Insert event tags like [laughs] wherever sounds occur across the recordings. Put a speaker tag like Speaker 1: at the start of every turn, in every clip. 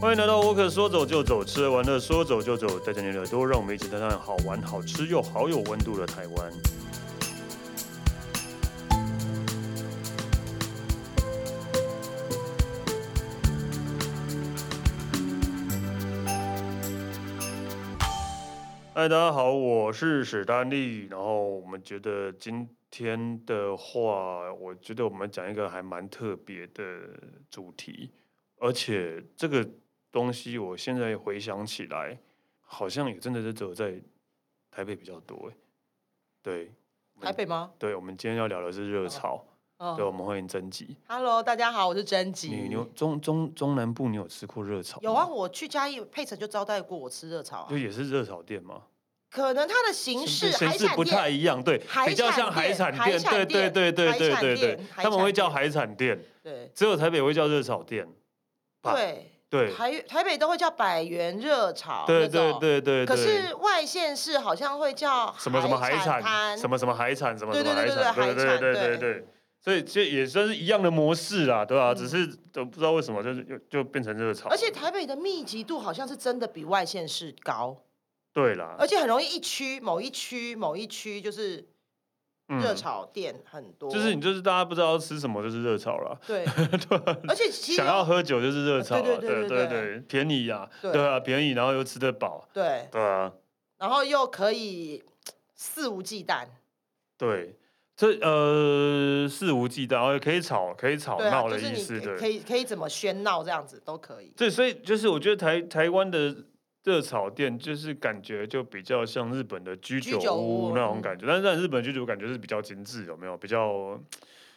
Speaker 1: 欢迎来到沃克，说走就走，吃完了说走就走，带着你的耳朵，让我们一起探探好玩、好吃又好有温度的台湾。嗨，大家好，我是史丹利。然后我们觉得今天的话，我觉得我们讲一个还蛮特别的主题，而且这个东西我现在回想起来，好像也真的是只有在台北比较多。哎，对，
Speaker 2: 台北吗？
Speaker 1: 对，我们今天要聊的是
Speaker 2: 嗯
Speaker 1: 热潮，对，我
Speaker 2: 哦
Speaker 1: 们欢迎甄姬。
Speaker 2: ，Hello，大家好，我是甄
Speaker 1: 你
Speaker 2: 姬
Speaker 1: 你。有中中中南部你有吃过热炒？
Speaker 2: 有啊，，我去嘉义佩城就招待过我吃热炒啊
Speaker 1: 就，也是热炒店吗？
Speaker 2: 可能它的形式
Speaker 1: 形
Speaker 2: 海
Speaker 1: 式
Speaker 2: 产
Speaker 1: 不太
Speaker 2: 店，
Speaker 1: 一样，对，
Speaker 2: 海
Speaker 1: 比较像
Speaker 2: 产
Speaker 1: 海
Speaker 2: 店
Speaker 1: 产
Speaker 2: 海
Speaker 1: 店，
Speaker 2: 产
Speaker 1: 对对
Speaker 2: 店
Speaker 1: 对对
Speaker 2: 海
Speaker 1: 对
Speaker 2: 产
Speaker 1: 对对
Speaker 2: 店，海
Speaker 1: 他们会
Speaker 2: 产
Speaker 1: 叫
Speaker 2: 店
Speaker 1: 海产店，
Speaker 2: 对
Speaker 1: 只有台北会叫热炒店，吧
Speaker 2: 对
Speaker 1: 对
Speaker 2: 台台北都会叫百元热炒
Speaker 1: 对
Speaker 2: 那种
Speaker 1: 对对对
Speaker 2: 可
Speaker 1: 对，
Speaker 2: 是外县市好像会叫
Speaker 1: 什么什么海产，
Speaker 2: 产摊
Speaker 1: 什么什么海产，什么什
Speaker 2: 对
Speaker 1: 么
Speaker 2: 对
Speaker 1: 海
Speaker 2: 对
Speaker 1: 产，对
Speaker 2: 对对海
Speaker 1: 对
Speaker 2: 产
Speaker 1: 对对
Speaker 2: 对嗯
Speaker 1: 对，所以这也算是一样的模式啦，对吧？只是都不知道为什么就是就就变成热炒，
Speaker 2: 而且台北的密集度好像是真的比外县市高，
Speaker 1: 对啦，
Speaker 2: 而且很容易一区某一区某一区就是
Speaker 1: 嗯
Speaker 2: 热炒哦店很多，
Speaker 1: 就是你就是大家不知道要吃什么就是热炒啦。 [laughs]
Speaker 2: 对，而且其实
Speaker 1: 想要喝酒就是热炒啊，
Speaker 2: 对
Speaker 1: 对
Speaker 2: 对对对
Speaker 1: 对
Speaker 2: 对
Speaker 1: 对，便宜呀，
Speaker 2: 对
Speaker 1: 对啊，便宜，然后又吃得饱，
Speaker 2: 对，
Speaker 1: 对啊。
Speaker 2: 然后又可以肆无忌惮，
Speaker 1: 对，这呃肆无忌惮，呃可以吵，可以吵
Speaker 2: 对啊，
Speaker 1: 闹
Speaker 2: 就
Speaker 1: 的
Speaker 2: 是
Speaker 1: 意
Speaker 2: 你
Speaker 1: 思，
Speaker 2: 可
Speaker 1: 对。
Speaker 2: 以可以怎么喧闹这样子都可以。
Speaker 1: 对，所以就是我觉得台台湾的热炒店，就是感觉就比较像日本的居
Speaker 2: 居
Speaker 1: 酒
Speaker 2: 酒
Speaker 1: 屋
Speaker 2: 屋
Speaker 1: 那种
Speaker 2: 嗯
Speaker 1: 感觉，但是在日本居酒屋感觉是比较精致，有没有？比较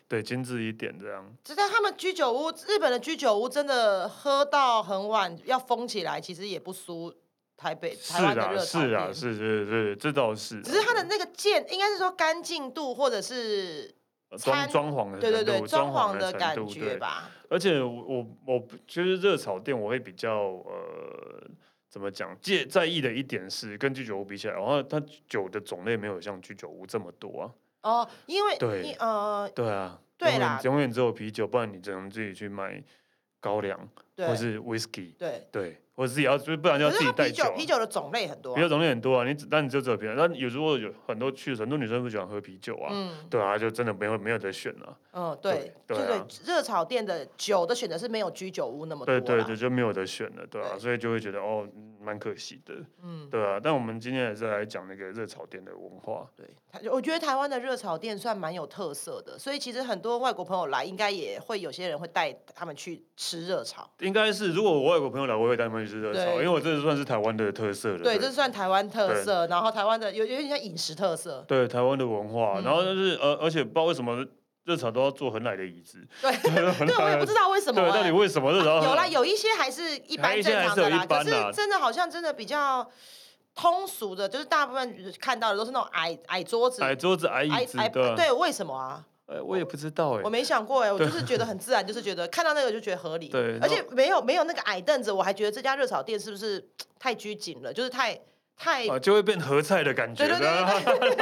Speaker 1: 对精致一点这样。
Speaker 2: 只是他们居酒屋，日本的居酒屋真的喝到很晚，要封起来，其实也不输台北、
Speaker 1: 是
Speaker 2: 台湾的
Speaker 1: 啊，
Speaker 2: 热炒
Speaker 1: 是啊，
Speaker 2: 店。
Speaker 1: 是是是，这倒是。
Speaker 2: 只是它的那个建，应该是说干净度，或者是
Speaker 1: 装
Speaker 2: 餐
Speaker 1: 装潢的
Speaker 2: 对对
Speaker 1: 程
Speaker 2: 对
Speaker 1: 度，
Speaker 2: 装潢
Speaker 1: 的
Speaker 2: 的
Speaker 1: 程
Speaker 2: 感
Speaker 1: 度
Speaker 2: 觉。吧。
Speaker 1: 对而且我我我就是热炒店，我会比较呃。怎么讲？介在意的一点是，跟居酒屋比起来，然后它酒的种类没有像居酒屋这么多啊。
Speaker 2: 哦，因为
Speaker 1: 对
Speaker 2: 你呃，
Speaker 1: 对啊，
Speaker 2: 对
Speaker 1: 永远
Speaker 2: 啦
Speaker 1: 永远只有啤酒，不然你只能自己去买高粱或
Speaker 2: 对
Speaker 1: 是 whisky，
Speaker 2: 对，
Speaker 1: 对，或者自己要，不然就要自
Speaker 2: 可是
Speaker 1: 己
Speaker 2: 它
Speaker 1: 带
Speaker 2: 啤
Speaker 1: 酒
Speaker 2: 酒
Speaker 1: 啊。
Speaker 2: 啤酒的种类很多
Speaker 1: 啤酒
Speaker 2: 啊，
Speaker 1: 种类很多啊，你只但你就只有啤酒，但有如果有很多去很多女生不喜欢喝啤酒啊，
Speaker 2: 嗯
Speaker 1: 对啊，就真的没有没有得选啊了、
Speaker 2: 嗯，对，
Speaker 1: 对
Speaker 2: 就
Speaker 1: 对啊
Speaker 2: 对，热炒店的酒的选择是没有居酒屋那么多
Speaker 1: 对
Speaker 2: 啦，
Speaker 1: 对对，就没有得选了，对啊，
Speaker 2: 对
Speaker 1: 所以就会觉得哦，嗯蛮可惜的，
Speaker 2: 嗯，
Speaker 1: 对啊。但我们今天还是来讲那个热炒店的文化，
Speaker 2: 对，台我觉得台湾的热炒店算蛮有特色的，所以其实很多外国朋友来，应该也会有些人会带他们去吃热炒。
Speaker 1: 应该是如果我外国朋友来，我会带他们去吃热炒，
Speaker 2: 对
Speaker 1: 因为我这算是台湾的特色了。
Speaker 2: 对，这算台湾特色，然后台湾的有有点像饮食特色。
Speaker 1: 对台湾的文
Speaker 2: 嗯
Speaker 1: 化，然后就是呃，而且不知道为什么热炒都要坐很矮的椅子，
Speaker 2: 对， [laughs] 对我也不知道为什么、
Speaker 1: 对，到底
Speaker 2: 欸。
Speaker 1: 为什么热炒要
Speaker 2: 有
Speaker 1: 很
Speaker 2: 啦，
Speaker 1: 矮？
Speaker 2: 有一些还是一
Speaker 1: 还有
Speaker 2: 般
Speaker 1: 一些
Speaker 2: 正
Speaker 1: 还
Speaker 2: 常
Speaker 1: 是有
Speaker 2: 的
Speaker 1: 一
Speaker 2: 啦，
Speaker 1: 般
Speaker 2: 可是
Speaker 1: 啦
Speaker 2: 真的好像真的比较通俗的，就是大部分看到的都是那种矮矮桌子、
Speaker 1: 矮桌子、矮椅子，对啊，
Speaker 2: 对，为什么啊？
Speaker 1: 呃我也不知道
Speaker 2: 我
Speaker 1: 哎，
Speaker 2: 没想过哎、我就是觉得很自然，就是觉得看到那个就觉得合理。
Speaker 1: 对
Speaker 2: 而且没有没有那个矮凳子，我还觉得这家热炒店是不是太拘谨了，就是太太。
Speaker 1: 啊，就会变合菜的感觉，
Speaker 2: 对对
Speaker 1: 对啊
Speaker 2: 对对对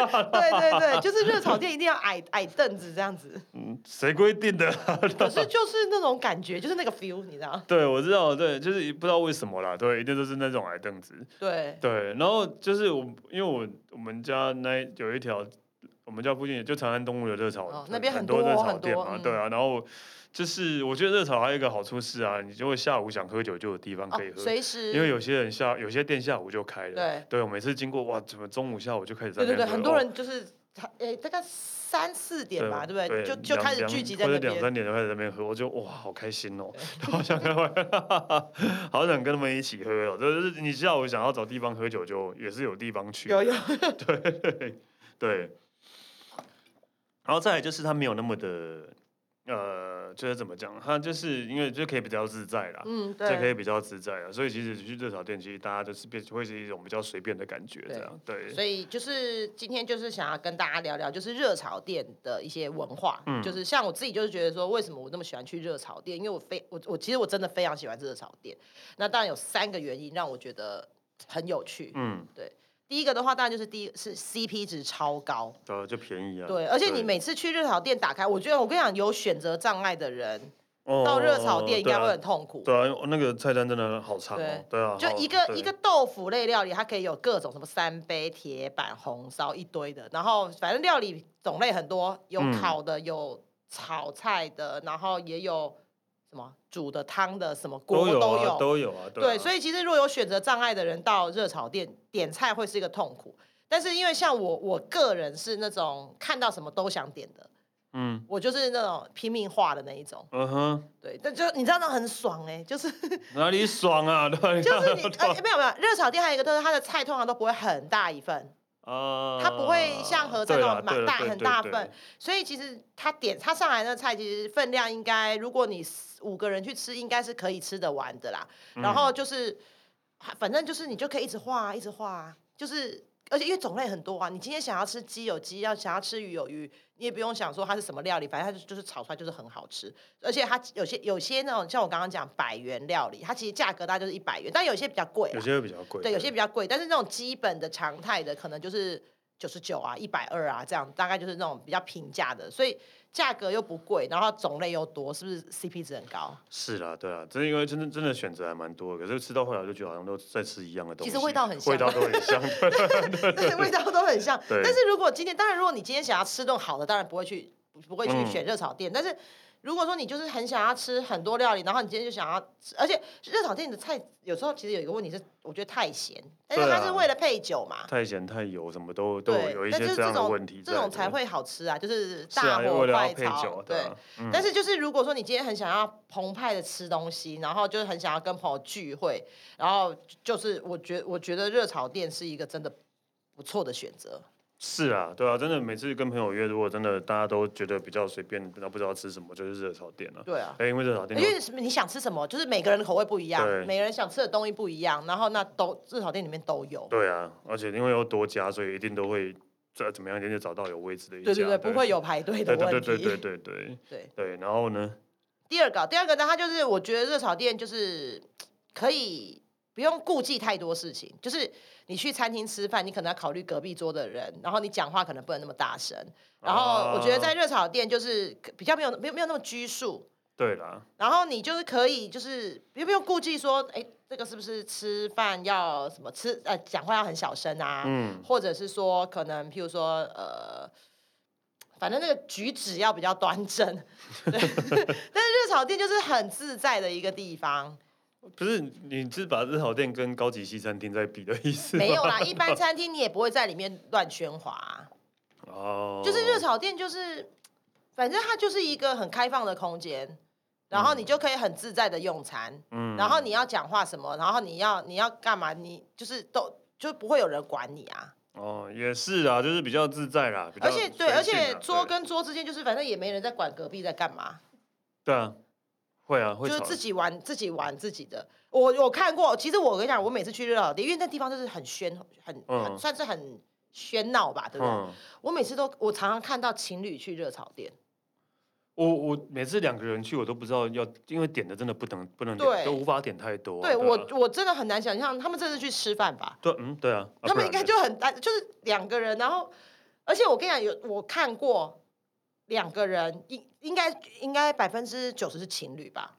Speaker 2: 对对，就是热炒店一定要矮矮凳子这
Speaker 1: [laughs]
Speaker 2: 样子，
Speaker 1: [laughs] 嗯谁规定的？ [laughs]
Speaker 2: 可是就是那种感觉，就是那个 feel，你知道？
Speaker 1: 对，我知道，对，就是不知道为什么啦，对，一定都是那种矮凳子。
Speaker 2: 对，
Speaker 1: 对，然后就是我，因为我我们家那有一条，我们家附近就长安东路的热炒，
Speaker 2: 哦那边
Speaker 1: 很
Speaker 2: 很多
Speaker 1: 热
Speaker 2: 很
Speaker 1: 炒店
Speaker 2: 多
Speaker 1: 嘛，
Speaker 2: 嗯
Speaker 1: 对啊。然后就是我觉得热炒还有一个好处是啊，你就会下午想喝酒就有地方
Speaker 2: 哦
Speaker 1: 可以，喝，
Speaker 2: 随时，
Speaker 1: 因为有些人下有些店下午就开了，
Speaker 2: 对，
Speaker 1: 我每次经过哇，怎么中午下午就开始在那
Speaker 2: 对对
Speaker 1: 边喝，
Speaker 2: 对，很多
Speaker 1: 哦
Speaker 2: 人就是他，诶，大概三四点吧，对不对？就就
Speaker 1: 两
Speaker 2: 开始
Speaker 1: 两
Speaker 2: 聚集在
Speaker 1: 或
Speaker 2: 那
Speaker 1: 者两
Speaker 2: 边，
Speaker 1: 三点就开始在那边喝，我就哇，好开心哦， [laughs] 好想跟他们，好想跟他们一起喝哦。就是你下午想要找地方喝酒，就也是有地方去的，
Speaker 2: 有有，
Speaker 1: 对。然后再来就是他没有那么的，呃，就是怎么讲，他就是因为就可以比较自在啦。
Speaker 2: 嗯，
Speaker 1: 就可以
Speaker 2: 对，
Speaker 1: 比较自在了，啊所以其实去热炒店，其实大家就是变会是一种比较随便的感觉，这
Speaker 2: 对
Speaker 1: 样对。
Speaker 2: 所以就是今天就是想要跟大家聊聊，就是热炒店的一些文化。
Speaker 1: 嗯
Speaker 2: 就是像我自己就是觉得说，为什么我那么喜欢去热炒店？因为我非我我其实我真的非常喜欢热炒店。那当然有三个原因让我觉得很有趣。
Speaker 1: 嗯，
Speaker 2: 第一个的话，当然就是第一是 CP 值超高，
Speaker 1: 对啊，就便宜啊。
Speaker 2: 对，而且你每次去热炒店打开，我觉得我跟你讲，有选择障碍的人。
Speaker 1: 哦
Speaker 2: 到热
Speaker 1: 哦
Speaker 2: 炒
Speaker 1: 哦
Speaker 2: 店应
Speaker 1: 对
Speaker 2: 该
Speaker 1: 啊
Speaker 2: 会很痛苦。
Speaker 1: 对啊，那个菜单真的好长哦
Speaker 2: 对。
Speaker 1: 对啊，
Speaker 2: 就
Speaker 1: 好
Speaker 2: 一个一
Speaker 1: 对
Speaker 2: 个豆腐类料理，它可以有各种什么三杯、铁板、红烧一堆的，然后反正料理种类很多，有
Speaker 1: 嗯
Speaker 2: 烤的，有炒菜的，然后也有什么煮的、汤的，什么锅
Speaker 1: 都有
Speaker 2: 都
Speaker 1: 啊，都有啊，
Speaker 2: 对，所
Speaker 1: 以
Speaker 2: 以其实如果有选择障碍的人到热炒店点菜会是一个痛苦，但是因为像我，我个人是那种看到什么都想点的，
Speaker 1: 嗯
Speaker 2: 我就是那种拼命画的那一种，
Speaker 1: 嗯哼，
Speaker 2: 对，但就你知道那很爽哎、就是
Speaker 1: 哪里爽啊？ [laughs] 对吧？
Speaker 2: 就是你
Speaker 1: 看到
Speaker 2: 呃没有没有，热炒店还有一个就是它的菜通常都不会很大一份，
Speaker 1: 啊，
Speaker 2: 它不会像合菜
Speaker 1: 对
Speaker 2: 那
Speaker 1: 啦
Speaker 2: 种蛮
Speaker 1: 对
Speaker 2: 大
Speaker 1: 对
Speaker 2: 很
Speaker 1: 对
Speaker 2: 大
Speaker 1: 对
Speaker 2: 份，所以其实它点它上来的菜其实分量应该，如果你四五个人去吃，应该是可以吃得完的啦。
Speaker 1: 嗯
Speaker 2: 然后就是，啊反正就是你就可以一直画、啊，一直画、啊，就是。而且因为种类很多啊，你今天想要吃鸡有鸡，要想要吃鱼有鱼，你也不用想说它是什么料理，反正它就就是炒出来就是很好吃。而且它有些有些那种像我刚刚讲百元料理，它其实价格大概就是一百元，但有些比较贵啦。
Speaker 1: 有些会比较贵，
Speaker 2: 对，有些比较贵，但是那种基本的常态的，可能就是九十九啊、一百二啊这样，大概就是那种比较平价的，所以价格又不贵，然后种类又多，是不是 CP 值很高？ [laughs]
Speaker 1: 是啦，对啊，真的因为真的真的选择还蛮多的，可是吃到后来就觉得好像都在吃一样的东西，
Speaker 2: 其实味道很像
Speaker 1: 味道都很
Speaker 2: [laughs]
Speaker 1: 像，对
Speaker 2: 味道都很像。
Speaker 1: 对
Speaker 2: 但是如果今天，当然如果你今天想要吃顿好的，当然不会去不会去
Speaker 1: 嗯
Speaker 2: 选热炒店，但是。如果说你就是很想要吃很多料理，然后你今天就想要吃，而且热炒店的菜有时候其实有一个问题是，我觉得太咸，但是
Speaker 1: 对啊
Speaker 2: 它是为了配酒嘛，
Speaker 1: 太咸太油什么都都
Speaker 2: 对，
Speaker 1: 有一
Speaker 2: 但就
Speaker 1: 些
Speaker 2: 是
Speaker 1: 这
Speaker 2: 这
Speaker 1: 样的
Speaker 2: 种
Speaker 1: 问题在
Speaker 2: 这
Speaker 1: 的，
Speaker 2: 种才会好吃啊，就是
Speaker 1: 是啊，
Speaker 2: 大
Speaker 1: 因
Speaker 2: 火
Speaker 1: 为了
Speaker 2: 快
Speaker 1: 要配
Speaker 2: 炒
Speaker 1: 酒，，对啊，嗯
Speaker 2: 但是就是如果说你今天很想要澎湃的吃东西，然后就是很想要跟朋友聚会，然后就是我觉我觉得热炒店是一个真的不错的选择。
Speaker 1: 是啊，对啊，真的每次跟朋友约，如果真的大家都觉得比较随便，然后不知道吃什么，就是热炒店了、啊。
Speaker 2: 对啊，
Speaker 1: [laughs] 哎、因为热炒店
Speaker 2: 因为什么你想吃什么，就是每个人的口味不一样
Speaker 1: 对，
Speaker 2: 每个人想吃的东西不一样，然后那都热炒店里面都有。
Speaker 1: 对啊，而且因为有多家，所以一定都会再怎么样，一定就找到有位置的一家。
Speaker 2: 对对对，不会有排队
Speaker 1: 对
Speaker 2: 的
Speaker 1: 对
Speaker 2: 问
Speaker 1: 对
Speaker 2: 题。
Speaker 1: 对对对对
Speaker 2: [laughs] 对
Speaker 1: 对。然后呢？
Speaker 2: 第二个，第二个呢，它就是我觉得热炒店就是可以不用顾忌太多事情，就是你去餐厅吃饭，你可能要考虑隔壁桌的人，然后你讲话可能不能那么大声，然后我觉得在热炒店就是比较没有没有没有那么拘束，
Speaker 1: 对啦，
Speaker 2: 然后你就是可以就是也不用顾忌说，哎，这个是不是吃饭要什么吃呃讲话要很小声啊，
Speaker 1: 嗯，
Speaker 2: 或者是说可能譬如说呃，反正那个举止要比较端正。对，但 [laughs] 是热炒店就是很自在的一个地方，
Speaker 1: [laughs] 不是你是把热炒店跟高级西餐厅在比的意思吗？
Speaker 2: 没有啦，一般餐厅你也不会在里面乱喧哗啊、
Speaker 1: 哦，
Speaker 2: 就是热炒店就是，反正它就是一个很开放的空间。然后你就可以很自在的用餐，
Speaker 1: 嗯
Speaker 2: 然后你要讲话什么，然后你要你要干嘛，你就是都就不会有人管你啊。
Speaker 1: 哦，也是啊，就是比较自在啦，比较
Speaker 2: 而且对，
Speaker 1: 随
Speaker 2: 而
Speaker 1: 性
Speaker 2: 且
Speaker 1: 啦
Speaker 2: 桌
Speaker 1: 对
Speaker 2: 跟桌之间就是反正也没人在管隔壁在干嘛，
Speaker 1: 对啊，会啊，会
Speaker 2: 就是
Speaker 1: 吵
Speaker 2: 自己玩自己玩自己的。我我看过，其实我跟你讲，我每次去热闹店，因为那地方就是很喧，很
Speaker 1: 嗯
Speaker 2: 很算是很喧闹吧，对不对？
Speaker 1: 嗯。
Speaker 2: 我每次都我常常看到情侣去热炒店，
Speaker 1: 我我每次两个人去，我都不知道要，因为点的真的不能不能点，
Speaker 2: 对
Speaker 1: 都无法点太多啊、
Speaker 2: 对
Speaker 1: 啊
Speaker 2: 我我真的很难想象他们这是去吃饭吧？
Speaker 1: 对嗯对啊，啊
Speaker 2: 他
Speaker 1: 不然
Speaker 2: 们应该
Speaker 1: 呢
Speaker 2: 就很单，就是两个人，然后而且我跟你讲，有我看过两个人应应该应该百分之九十是情侣吧，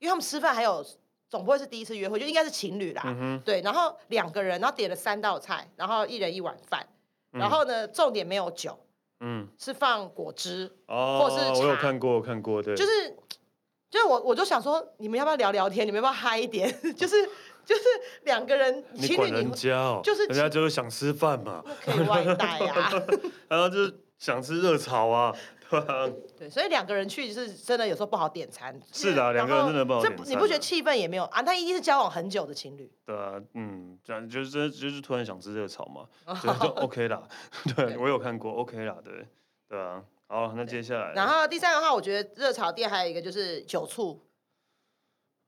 Speaker 2: 因为他们吃饭还有总不会是第一次约会，就应该是情侣啦。
Speaker 1: 嗯哼，
Speaker 2: 对，然后两个人，然后点了三道菜，然后一人一碗饭，
Speaker 1: 嗯
Speaker 2: 然后呢，重点没有酒，
Speaker 1: 嗯
Speaker 2: 是放果汁，
Speaker 1: 哦，
Speaker 2: 是
Speaker 1: 我有
Speaker 2: 茶
Speaker 1: 看过，我看过，对，
Speaker 2: 就是就是我我就想说，你们要不要聊聊天？你们要不要嗨一点？ [laughs] 就是就是两个人
Speaker 1: 你
Speaker 2: 情
Speaker 1: 管
Speaker 2: 侣你
Speaker 1: 人
Speaker 2: 会
Speaker 1: 家哦，
Speaker 2: 就是
Speaker 1: 人家就是想吃饭嘛，
Speaker 2: [laughs] 可以外带啊，
Speaker 1: [laughs] 然后就是想吃热炒啊，对啊，
Speaker 2: 对，所以两个人去是真的有时候不好点餐，
Speaker 1: 是的啊
Speaker 2: 然
Speaker 1: 两个人
Speaker 2: 后
Speaker 1: 真的不好
Speaker 2: 这
Speaker 1: 点
Speaker 2: 你
Speaker 1: 餐
Speaker 2: 不觉
Speaker 1: 啊
Speaker 2: 得气氛也没有啊？他一定是交往很久的情侣，
Speaker 1: 对啊，嗯，这样就是真的就是突然想吃热炒嘛，对，就 OK
Speaker 2: [laughs]
Speaker 1: 啦，对
Speaker 2: 哦对
Speaker 1: 我有看过 OK 啦，对对啊，好，那接下来，
Speaker 2: 然后第三个的话，我觉得热炒店还有一个就是酒醋，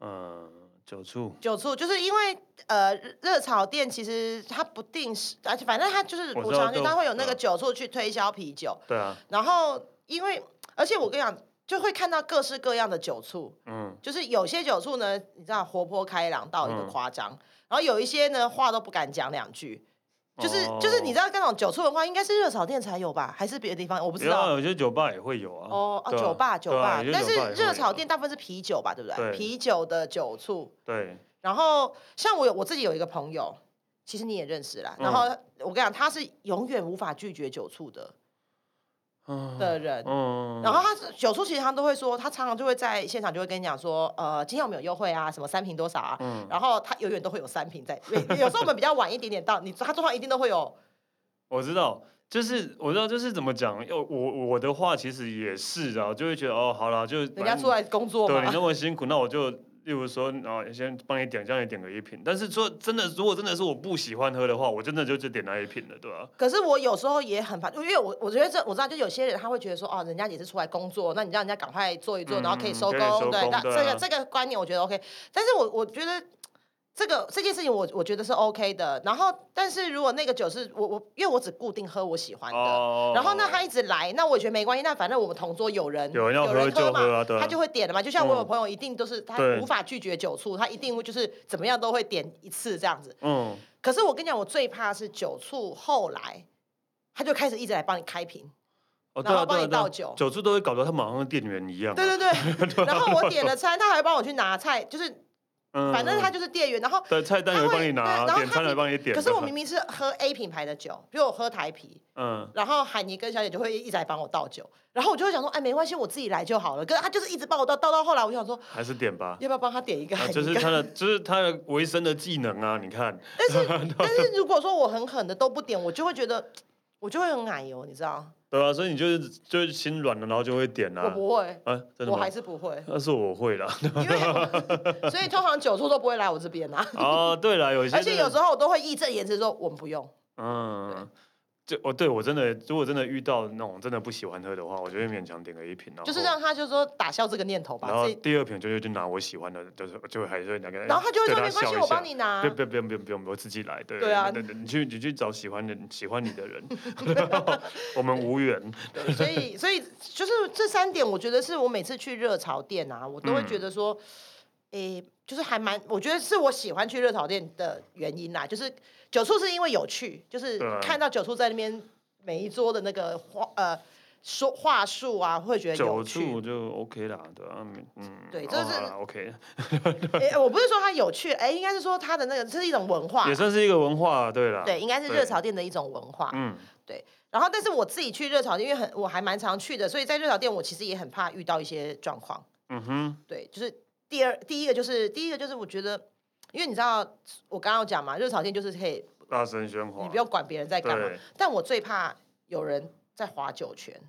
Speaker 1: 嗯，酒醋，
Speaker 2: 酒醋就是因为呃热热炒店其实它不定时，而且反正它就是
Speaker 1: 我知
Speaker 2: 我
Speaker 1: 道
Speaker 2: 常去，
Speaker 1: 就
Speaker 2: 它会有那个
Speaker 1: 嗯
Speaker 2: 酒醋去推销啤酒，
Speaker 1: 对啊，
Speaker 2: 然后因为而且我跟你讲，就会看到各式各样的酒醋，
Speaker 1: 嗯，
Speaker 2: 就是有些酒醋呢，你知道活泼开朗到一个
Speaker 1: 嗯
Speaker 2: 夸张，然后有一些呢话都不敢讲两句。就是就是你知
Speaker 1: 在
Speaker 2: 道那种酒醋文化应该是热炒店才有吧，还是别的地方我不知道。
Speaker 1: 有些酒吧也会有啊。
Speaker 2: 哦哦，
Speaker 1: 对啊
Speaker 2: 酒吧酒
Speaker 1: 对啊
Speaker 2: 吧
Speaker 1: 有，些
Speaker 2: 但
Speaker 1: 酒
Speaker 2: 是
Speaker 1: 吧也会
Speaker 2: 热
Speaker 1: 有
Speaker 2: 炒店大部分是啤酒吧，对不对？
Speaker 1: 对
Speaker 2: 啤酒的酒醋，
Speaker 1: 对，
Speaker 2: 然后像我有我自己有一个朋友，其实你也认识啦。
Speaker 1: 嗯
Speaker 2: 然后我跟你讲，他是永远无法拒绝酒醋的
Speaker 1: 嗯
Speaker 2: 的人。
Speaker 1: 嗯，
Speaker 2: 然后他是酒醋其实他都会说，他常常就会在现场就会跟你讲说，呃，今天我们有优惠啊，什么三瓶多少啊。
Speaker 1: 嗯，
Speaker 2: 然后他永远都会有三瓶在，有有时候我们比较晚一点点到，你他桌上一定都会有。
Speaker 1: 我知道，就是我知道，就是怎么讲，要我我的话其实也是啊，就会觉得哦，好啦，就
Speaker 2: 人
Speaker 1: 人
Speaker 2: 家出来工作
Speaker 1: 对你
Speaker 2: 嘛，
Speaker 1: 那么辛苦，那我就例如说，然后先帮你点，叫你点个一瓶。但是说真的，如果真的是我不喜欢喝的话，我真的就只点那一瓶了，对吧、啊
Speaker 2: 可是我有时候也很烦，因为我我觉得这我知道，就有些人他会觉得说，哦，人家也是出来工作，那你让人家赶快做一做，
Speaker 1: 嗯
Speaker 2: 然后可以收工，
Speaker 1: 可以收工
Speaker 2: 对，那
Speaker 1: 对
Speaker 2: 这
Speaker 1: 啊
Speaker 2: 个这个观念我觉得 OK，但是我我觉得。这个这件事情我我觉得是 OK 的，然后但是如果那个酒是我我因为我只固定喝我喜欢的，
Speaker 1: 哦，
Speaker 2: 然后呢他一直来，那我也觉得没关系，那反正我们同桌有人
Speaker 1: 有人要喝
Speaker 2: 人
Speaker 1: 就
Speaker 2: 嘛，
Speaker 1: 喝啊，对啊，
Speaker 2: 他就会点了嘛。就像我有
Speaker 1: 嗯
Speaker 2: 朋友一定都是他
Speaker 1: 对
Speaker 2: 无法拒绝酒醋，他一定会就是怎么样都会点一次这样子。
Speaker 1: 嗯，
Speaker 2: 可是我跟你讲，我最怕是酒醋后来，他就开始一直来帮你开瓶，
Speaker 1: 哦对
Speaker 2: 然后
Speaker 1: 啊
Speaker 2: 帮
Speaker 1: 对
Speaker 2: 你
Speaker 1: 啊对啊，
Speaker 2: 倒酒。
Speaker 1: 酒醋都会搞得他马上跟店员一样啊，
Speaker 2: 对对对，然后我点了餐，他还帮我去拿菜，就是
Speaker 1: 嗯，
Speaker 2: 反正他就是店员。然后，
Speaker 1: 的菜单
Speaker 2: 他
Speaker 1: 也帮
Speaker 2: 会
Speaker 1: 你拿，
Speaker 2: 对然后
Speaker 1: 点
Speaker 2: 他
Speaker 1: 餐也
Speaker 2: 明
Speaker 1: 帮你点的，
Speaker 2: 可是我明明是喝 A 品牌的酒，比如我喝台啤，
Speaker 1: 嗯。
Speaker 2: 然后海尼跟小姐就会一直来帮我倒酒，然后我就会想说，哎，没关系，我自己来就好了。可是他就是一直帮我倒，倒到后来，我就想说，
Speaker 1: 还是点
Speaker 2: [laughs]
Speaker 1: 吧。
Speaker 2: 要不要帮他点一个海
Speaker 1: 啊，
Speaker 2: 尼
Speaker 1: 就是
Speaker 2: 根
Speaker 1: 他的，就是他的维生的技能啊！你看，
Speaker 2: 但是如果说我很狠的都不点，我就会觉得我就会很奶油，你知道？
Speaker 1: 对啊，所以你就是就是心软了，然后就会点
Speaker 2: 我
Speaker 1: 啊。
Speaker 2: 不会，
Speaker 1: 啊，真的
Speaker 2: 我
Speaker 1: 吗
Speaker 2: 还？是不会，
Speaker 1: 那是我会
Speaker 2: [laughs]
Speaker 1: 啦。
Speaker 2: 因为我 [laughs] 所以通常酒桌都不会来我这边啊。
Speaker 1: 哦，对了，有些
Speaker 2: 而且
Speaker 1: 真的
Speaker 2: 有时候我都会义正言辞说我们不用，
Speaker 1: 嗯，就哦，对我真的，如果真的遇到那种真的不喜欢喝的话，我就会勉强点个一瓶，然后
Speaker 2: 就是让他就说打消这个念头吧。
Speaker 1: 哦然后
Speaker 2: 自己
Speaker 1: 第二瓶就会去拿我喜欢的，就是就还是那个，
Speaker 2: 然后他就会
Speaker 1: 对
Speaker 2: 说没关系，
Speaker 1: 笑一
Speaker 2: 我帮
Speaker 1: 下。
Speaker 2: 你拿
Speaker 1: 不。用不用不用不用不用，我自己来。对
Speaker 2: 对啊
Speaker 1: 对对，你去你去找喜欢的喜欢你的
Speaker 2: [laughs]
Speaker 1: 人，
Speaker 2: 啊
Speaker 1: [laughs] 我们无缘。
Speaker 2: 对所以所以就是这三点，我觉得是我每次去热潮店啊，我都会
Speaker 1: 嗯
Speaker 2: 觉得说，诶、就是还蛮，我觉得是我喜欢去热潮店的原因啦。就是酒醋是因为有趣，就是
Speaker 1: 对啊
Speaker 2: 看到酒醋在那边每一桌的那个话呃说话术啊，会觉得有
Speaker 1: 酒
Speaker 2: 趣
Speaker 1: 醋。就 OK 啦，对啊，嗯，
Speaker 2: 对
Speaker 1: 哦
Speaker 2: 这是
Speaker 1: 好啦 OK，
Speaker 2: 诶、呃我不是说它有趣，诶、应该是说它的那个这是一种文化
Speaker 1: 也。算是一个文化，对啦，
Speaker 2: 对，应该是
Speaker 1: 对
Speaker 2: 热潮店的一种文化。
Speaker 1: 嗯，
Speaker 2: 然后，但是我自己去热炒店，因为很我还蛮常去的，所以在热炒店我其实也很怕遇到一些状况。
Speaker 1: 嗯哼，
Speaker 2: 对，就是第二第一个就是第一个就是我觉得，因为你知道我刚刚有讲嘛，热炒店就是可以
Speaker 1: 大声喧哗，
Speaker 2: 你不用管别人在干嘛，
Speaker 1: 对，
Speaker 2: 但我最怕有人在划酒泉。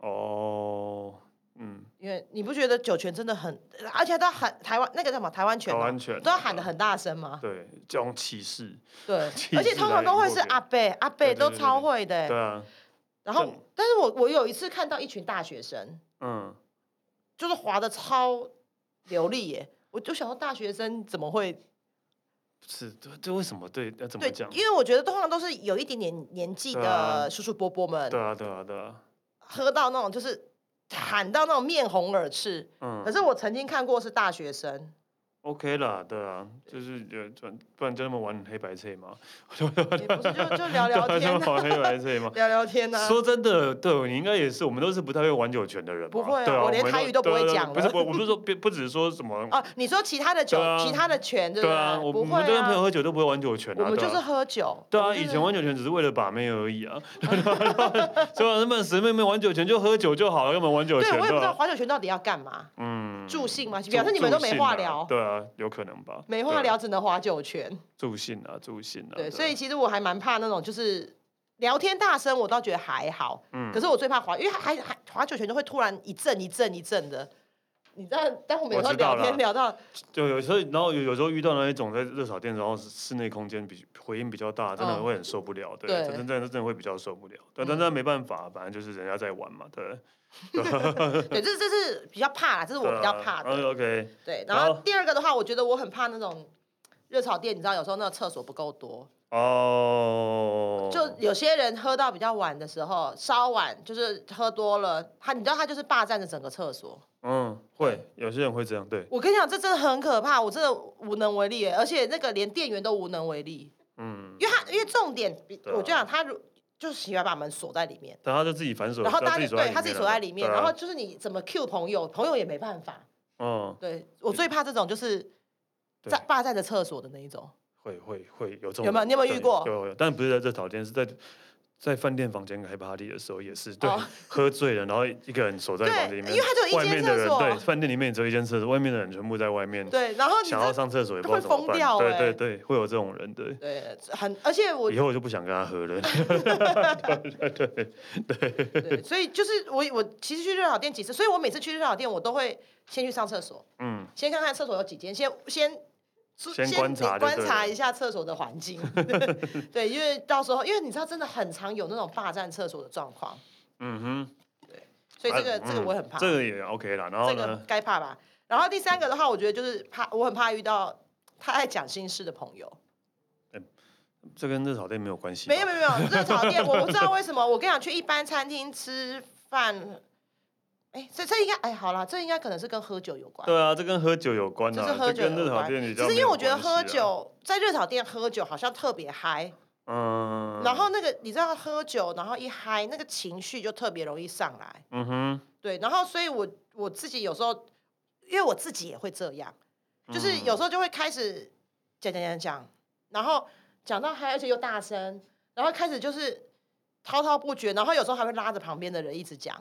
Speaker 1: 哦，嗯，
Speaker 2: 因为你不觉得酒泉真的很，而且他喊台湾那个叫什么台湾
Speaker 1: 台
Speaker 2: 拳、啊
Speaker 1: 湾，犬
Speaker 2: 都要喊的，很大声吗？
Speaker 1: 对，这种歧视，
Speaker 2: 对，
Speaker 1: 气
Speaker 2: 而且
Speaker 1: 势
Speaker 2: 通
Speaker 1: 来
Speaker 2: 常都会
Speaker 1: 源
Speaker 2: 是
Speaker 1: 过去
Speaker 2: 阿贝阿贝
Speaker 1: 对对
Speaker 2: 都
Speaker 1: 对
Speaker 2: 超
Speaker 1: 对
Speaker 2: 会的欸、
Speaker 1: 对啊，
Speaker 2: 然
Speaker 1: 这
Speaker 2: 后
Speaker 1: 种，
Speaker 2: 但是我我有一次看到一群大学生，
Speaker 1: 嗯，
Speaker 2: 就是滑的超流利耶。我就想说，大学生怎么会？
Speaker 1: 是，这这为什么对？要怎么
Speaker 2: 对
Speaker 1: 讲，？
Speaker 2: 因为我觉得通常都是有一点点年纪
Speaker 1: 对啊
Speaker 2: 的叔叔伯伯们，
Speaker 1: 对啊，对啊，对啊，
Speaker 2: 喝到那种就是喊到那种面红耳赤。可
Speaker 1: 嗯
Speaker 2: 是我曾经看过是大
Speaker 1: [laughs]
Speaker 2: 学生，
Speaker 1: ，OK 啦，对啊，就是有转，不然就那么玩黑白菜嘛，
Speaker 2: 也不是就就
Speaker 1: 对
Speaker 2: 聊
Speaker 1: [laughs]
Speaker 2: 聊
Speaker 1: 啊，
Speaker 2: 天
Speaker 1: 这
Speaker 2: 啊、
Speaker 1: 么玩黑白菜
Speaker 2: [laughs]
Speaker 1: 嘛。
Speaker 2: 聊聊天啊。
Speaker 1: 说真的，对你应该也是，我们都是不太会玩酒泉的人嘛，
Speaker 2: 不会啊
Speaker 1: 对啊，
Speaker 2: 我连
Speaker 1: 们
Speaker 2: 台语都不会
Speaker 1: 对啊对啊
Speaker 2: 讲
Speaker 1: 不是，
Speaker 2: 了
Speaker 1: 我我不是说不不只是说什么，
Speaker 2: 哦，你说其他的酒，
Speaker 1: 对啊
Speaker 2: 其他的拳， [laughs] 对不
Speaker 1: 对啊，我
Speaker 2: 不
Speaker 1: 我
Speaker 2: 会
Speaker 1: 们跟朋友
Speaker 2: 啊，
Speaker 1: 喝酒都不会玩酒泉
Speaker 2: 我
Speaker 1: 啊，
Speaker 2: 们
Speaker 1: 对
Speaker 2: 就是
Speaker 1: 啊。
Speaker 2: 喝酒。
Speaker 1: 对
Speaker 2: 我
Speaker 1: 啊，
Speaker 2: 们就
Speaker 1: 以
Speaker 2: 是
Speaker 1: 前玩酒泉只是为了把妹而已啊， [laughs] 所以他们随便妹玩酒泉就喝酒就好了，干嘛玩酒
Speaker 2: 对
Speaker 1: 泉
Speaker 2: 我也不知道
Speaker 1: 吧？
Speaker 2: 划酒拳到底要干嘛，
Speaker 1: 嗯，
Speaker 2: 助兴吗？
Speaker 1: 助
Speaker 2: 表示你们都没话
Speaker 1: 助兴啊
Speaker 2: 聊，
Speaker 1: 对啊，有可能吧，
Speaker 2: 没话
Speaker 1: 对啊
Speaker 2: 聊，只能划酒拳。
Speaker 1: 助兴啊，助兴啊。
Speaker 2: 对，所以其实我还蛮怕那种就是聊天大声，我倒觉得还好，
Speaker 1: 嗯，
Speaker 2: 可是我最怕滑，因为还还滑九拳就会突然一阵一阵一阵的。你知道，但我们有时候
Speaker 1: 我知道
Speaker 2: 聊
Speaker 1: 啦
Speaker 2: 天
Speaker 1: [laughs]
Speaker 2: 聊到，
Speaker 1: 就有时候，然后有有时候遇到那一种在热炒店，然后室内空间比回音比较大，真的
Speaker 2: 嗯
Speaker 1: 会很受不了，对，
Speaker 2: 对嗯
Speaker 1: 真真真的会比较受不了，对，但那没办法，反正就是人家在玩嘛，对，
Speaker 2: 对，这这是比较怕啦，这是我
Speaker 1: 对啊
Speaker 2: 比较怕的。
Speaker 1: o k
Speaker 2: 对，
Speaker 1: 然
Speaker 2: 然
Speaker 1: 后
Speaker 2: 后第二个的话，我觉得我很怕那种热炒店，你知道，有时候那个厕所不够多，
Speaker 1: 哦，
Speaker 2: 就有些人喝到比较晚的时候，稍晚就是喝多了，他你知道他就是霸占着整个厕所。
Speaker 1: 嗯，会有些人会这样，对，
Speaker 2: 我跟你讲，这真的很可怕，我真的无能为力耶，而且那个连店员都无能为力。
Speaker 1: 嗯，
Speaker 2: 因为他因为重点比，
Speaker 1: 对啊
Speaker 2: 我就想他如就是喜欢把门锁在里面，
Speaker 1: 但他就自己反锁，
Speaker 2: 然后
Speaker 1: 他
Speaker 2: 大
Speaker 1: 自
Speaker 2: 家
Speaker 1: 己
Speaker 2: 就
Speaker 1: 锁在里
Speaker 2: 对他
Speaker 1: 面
Speaker 2: 自己
Speaker 1: 了
Speaker 2: 锁在里面，
Speaker 1: 对啊
Speaker 2: 然后就是你怎么 Q 朋友，朋友也没办法。
Speaker 1: 嗯，
Speaker 2: 对我最怕这种就是
Speaker 1: 对
Speaker 2: 在霸占着厕所的那一种，
Speaker 1: 会会会有这种
Speaker 2: 有没有你有没有遇
Speaker 1: 对
Speaker 2: 过
Speaker 1: 有有有，但不是在这讨店，是在在饭店房间开 party 的时候也是，对，
Speaker 2: 哦
Speaker 1: [laughs] 喝醉了，然后一个人守在
Speaker 2: 对
Speaker 1: 房间里面，
Speaker 2: 因为他只有一
Speaker 1: 外
Speaker 2: 间
Speaker 1: 面的
Speaker 2: 厕
Speaker 1: 人
Speaker 2: 所
Speaker 1: 对，饭店里面只有一间厕所，外面的人全部在外面，
Speaker 2: 对，然后你
Speaker 1: 想要
Speaker 2: 这
Speaker 1: 上厕所也不知道
Speaker 2: 会
Speaker 1: 怎么
Speaker 2: 疯
Speaker 1: 办，
Speaker 2: 掉
Speaker 1: 对
Speaker 2: 欸
Speaker 1: 对对，会有这种人，对，
Speaker 2: 对很，而且我
Speaker 1: 以后我就不想跟他喝
Speaker 2: [laughs]
Speaker 1: 了， [laughs]
Speaker 2: 对，所以就是我我其实去热炒店几次，所以我每次去热炒店，我都会先去上厕所，
Speaker 1: 嗯，
Speaker 2: 先看看厕所有几间，先先出
Speaker 1: 先观察就
Speaker 2: 观
Speaker 1: 对
Speaker 2: 察
Speaker 1: 了
Speaker 2: 一下厕所的
Speaker 1: [laughs]
Speaker 2: 环境，对，因为到时候因为你知道真的很常有那种霸占厕所的状况，
Speaker 1: 嗯哼，
Speaker 2: 所以这个、
Speaker 1: 啊
Speaker 2: 这个
Speaker 1: 嗯
Speaker 2: 我很怕，
Speaker 1: 这个也 OK 啦，然后
Speaker 2: 这个
Speaker 1: 呢，
Speaker 2: 该怕吧。然后第三个的话，我觉得就是怕我很怕遇到太爱讲心事的朋友。
Speaker 1: 这跟热炒店没有关系吧，
Speaker 2: 没有没有没
Speaker 1: [laughs]
Speaker 2: 有，热炒店我不知道为什么。我跟你讲，去一般餐厅吃饭，哎，这这应该哎，好啦，这应该可能是跟喝酒有关，
Speaker 1: 对啊，这跟喝酒有关
Speaker 2: 这
Speaker 1: 啊，
Speaker 2: 是喝
Speaker 1: 这
Speaker 2: 酒
Speaker 1: 跟热
Speaker 2: 有
Speaker 1: 炒
Speaker 2: 关。
Speaker 1: 店你
Speaker 2: 只
Speaker 1: 知道
Speaker 2: 是因
Speaker 1: 没
Speaker 2: 为
Speaker 1: 有
Speaker 2: 我觉得
Speaker 1: 关
Speaker 2: 喝
Speaker 1: 系啊，
Speaker 2: 酒在热炒店喝酒好像特别嗨，
Speaker 1: 嗯，
Speaker 2: 然后那个你知道喝酒，然后一嗨，那个情绪就特别容易上来。
Speaker 1: 嗯哼，
Speaker 2: 对，然后所以我我自己有时候，因为我自己也会这样，就是有时候就会开始讲讲讲讲，然后讲到嗨，而且又大声，然后开始就是滔滔不绝，然后有时候还会拉着旁边的人一直讲，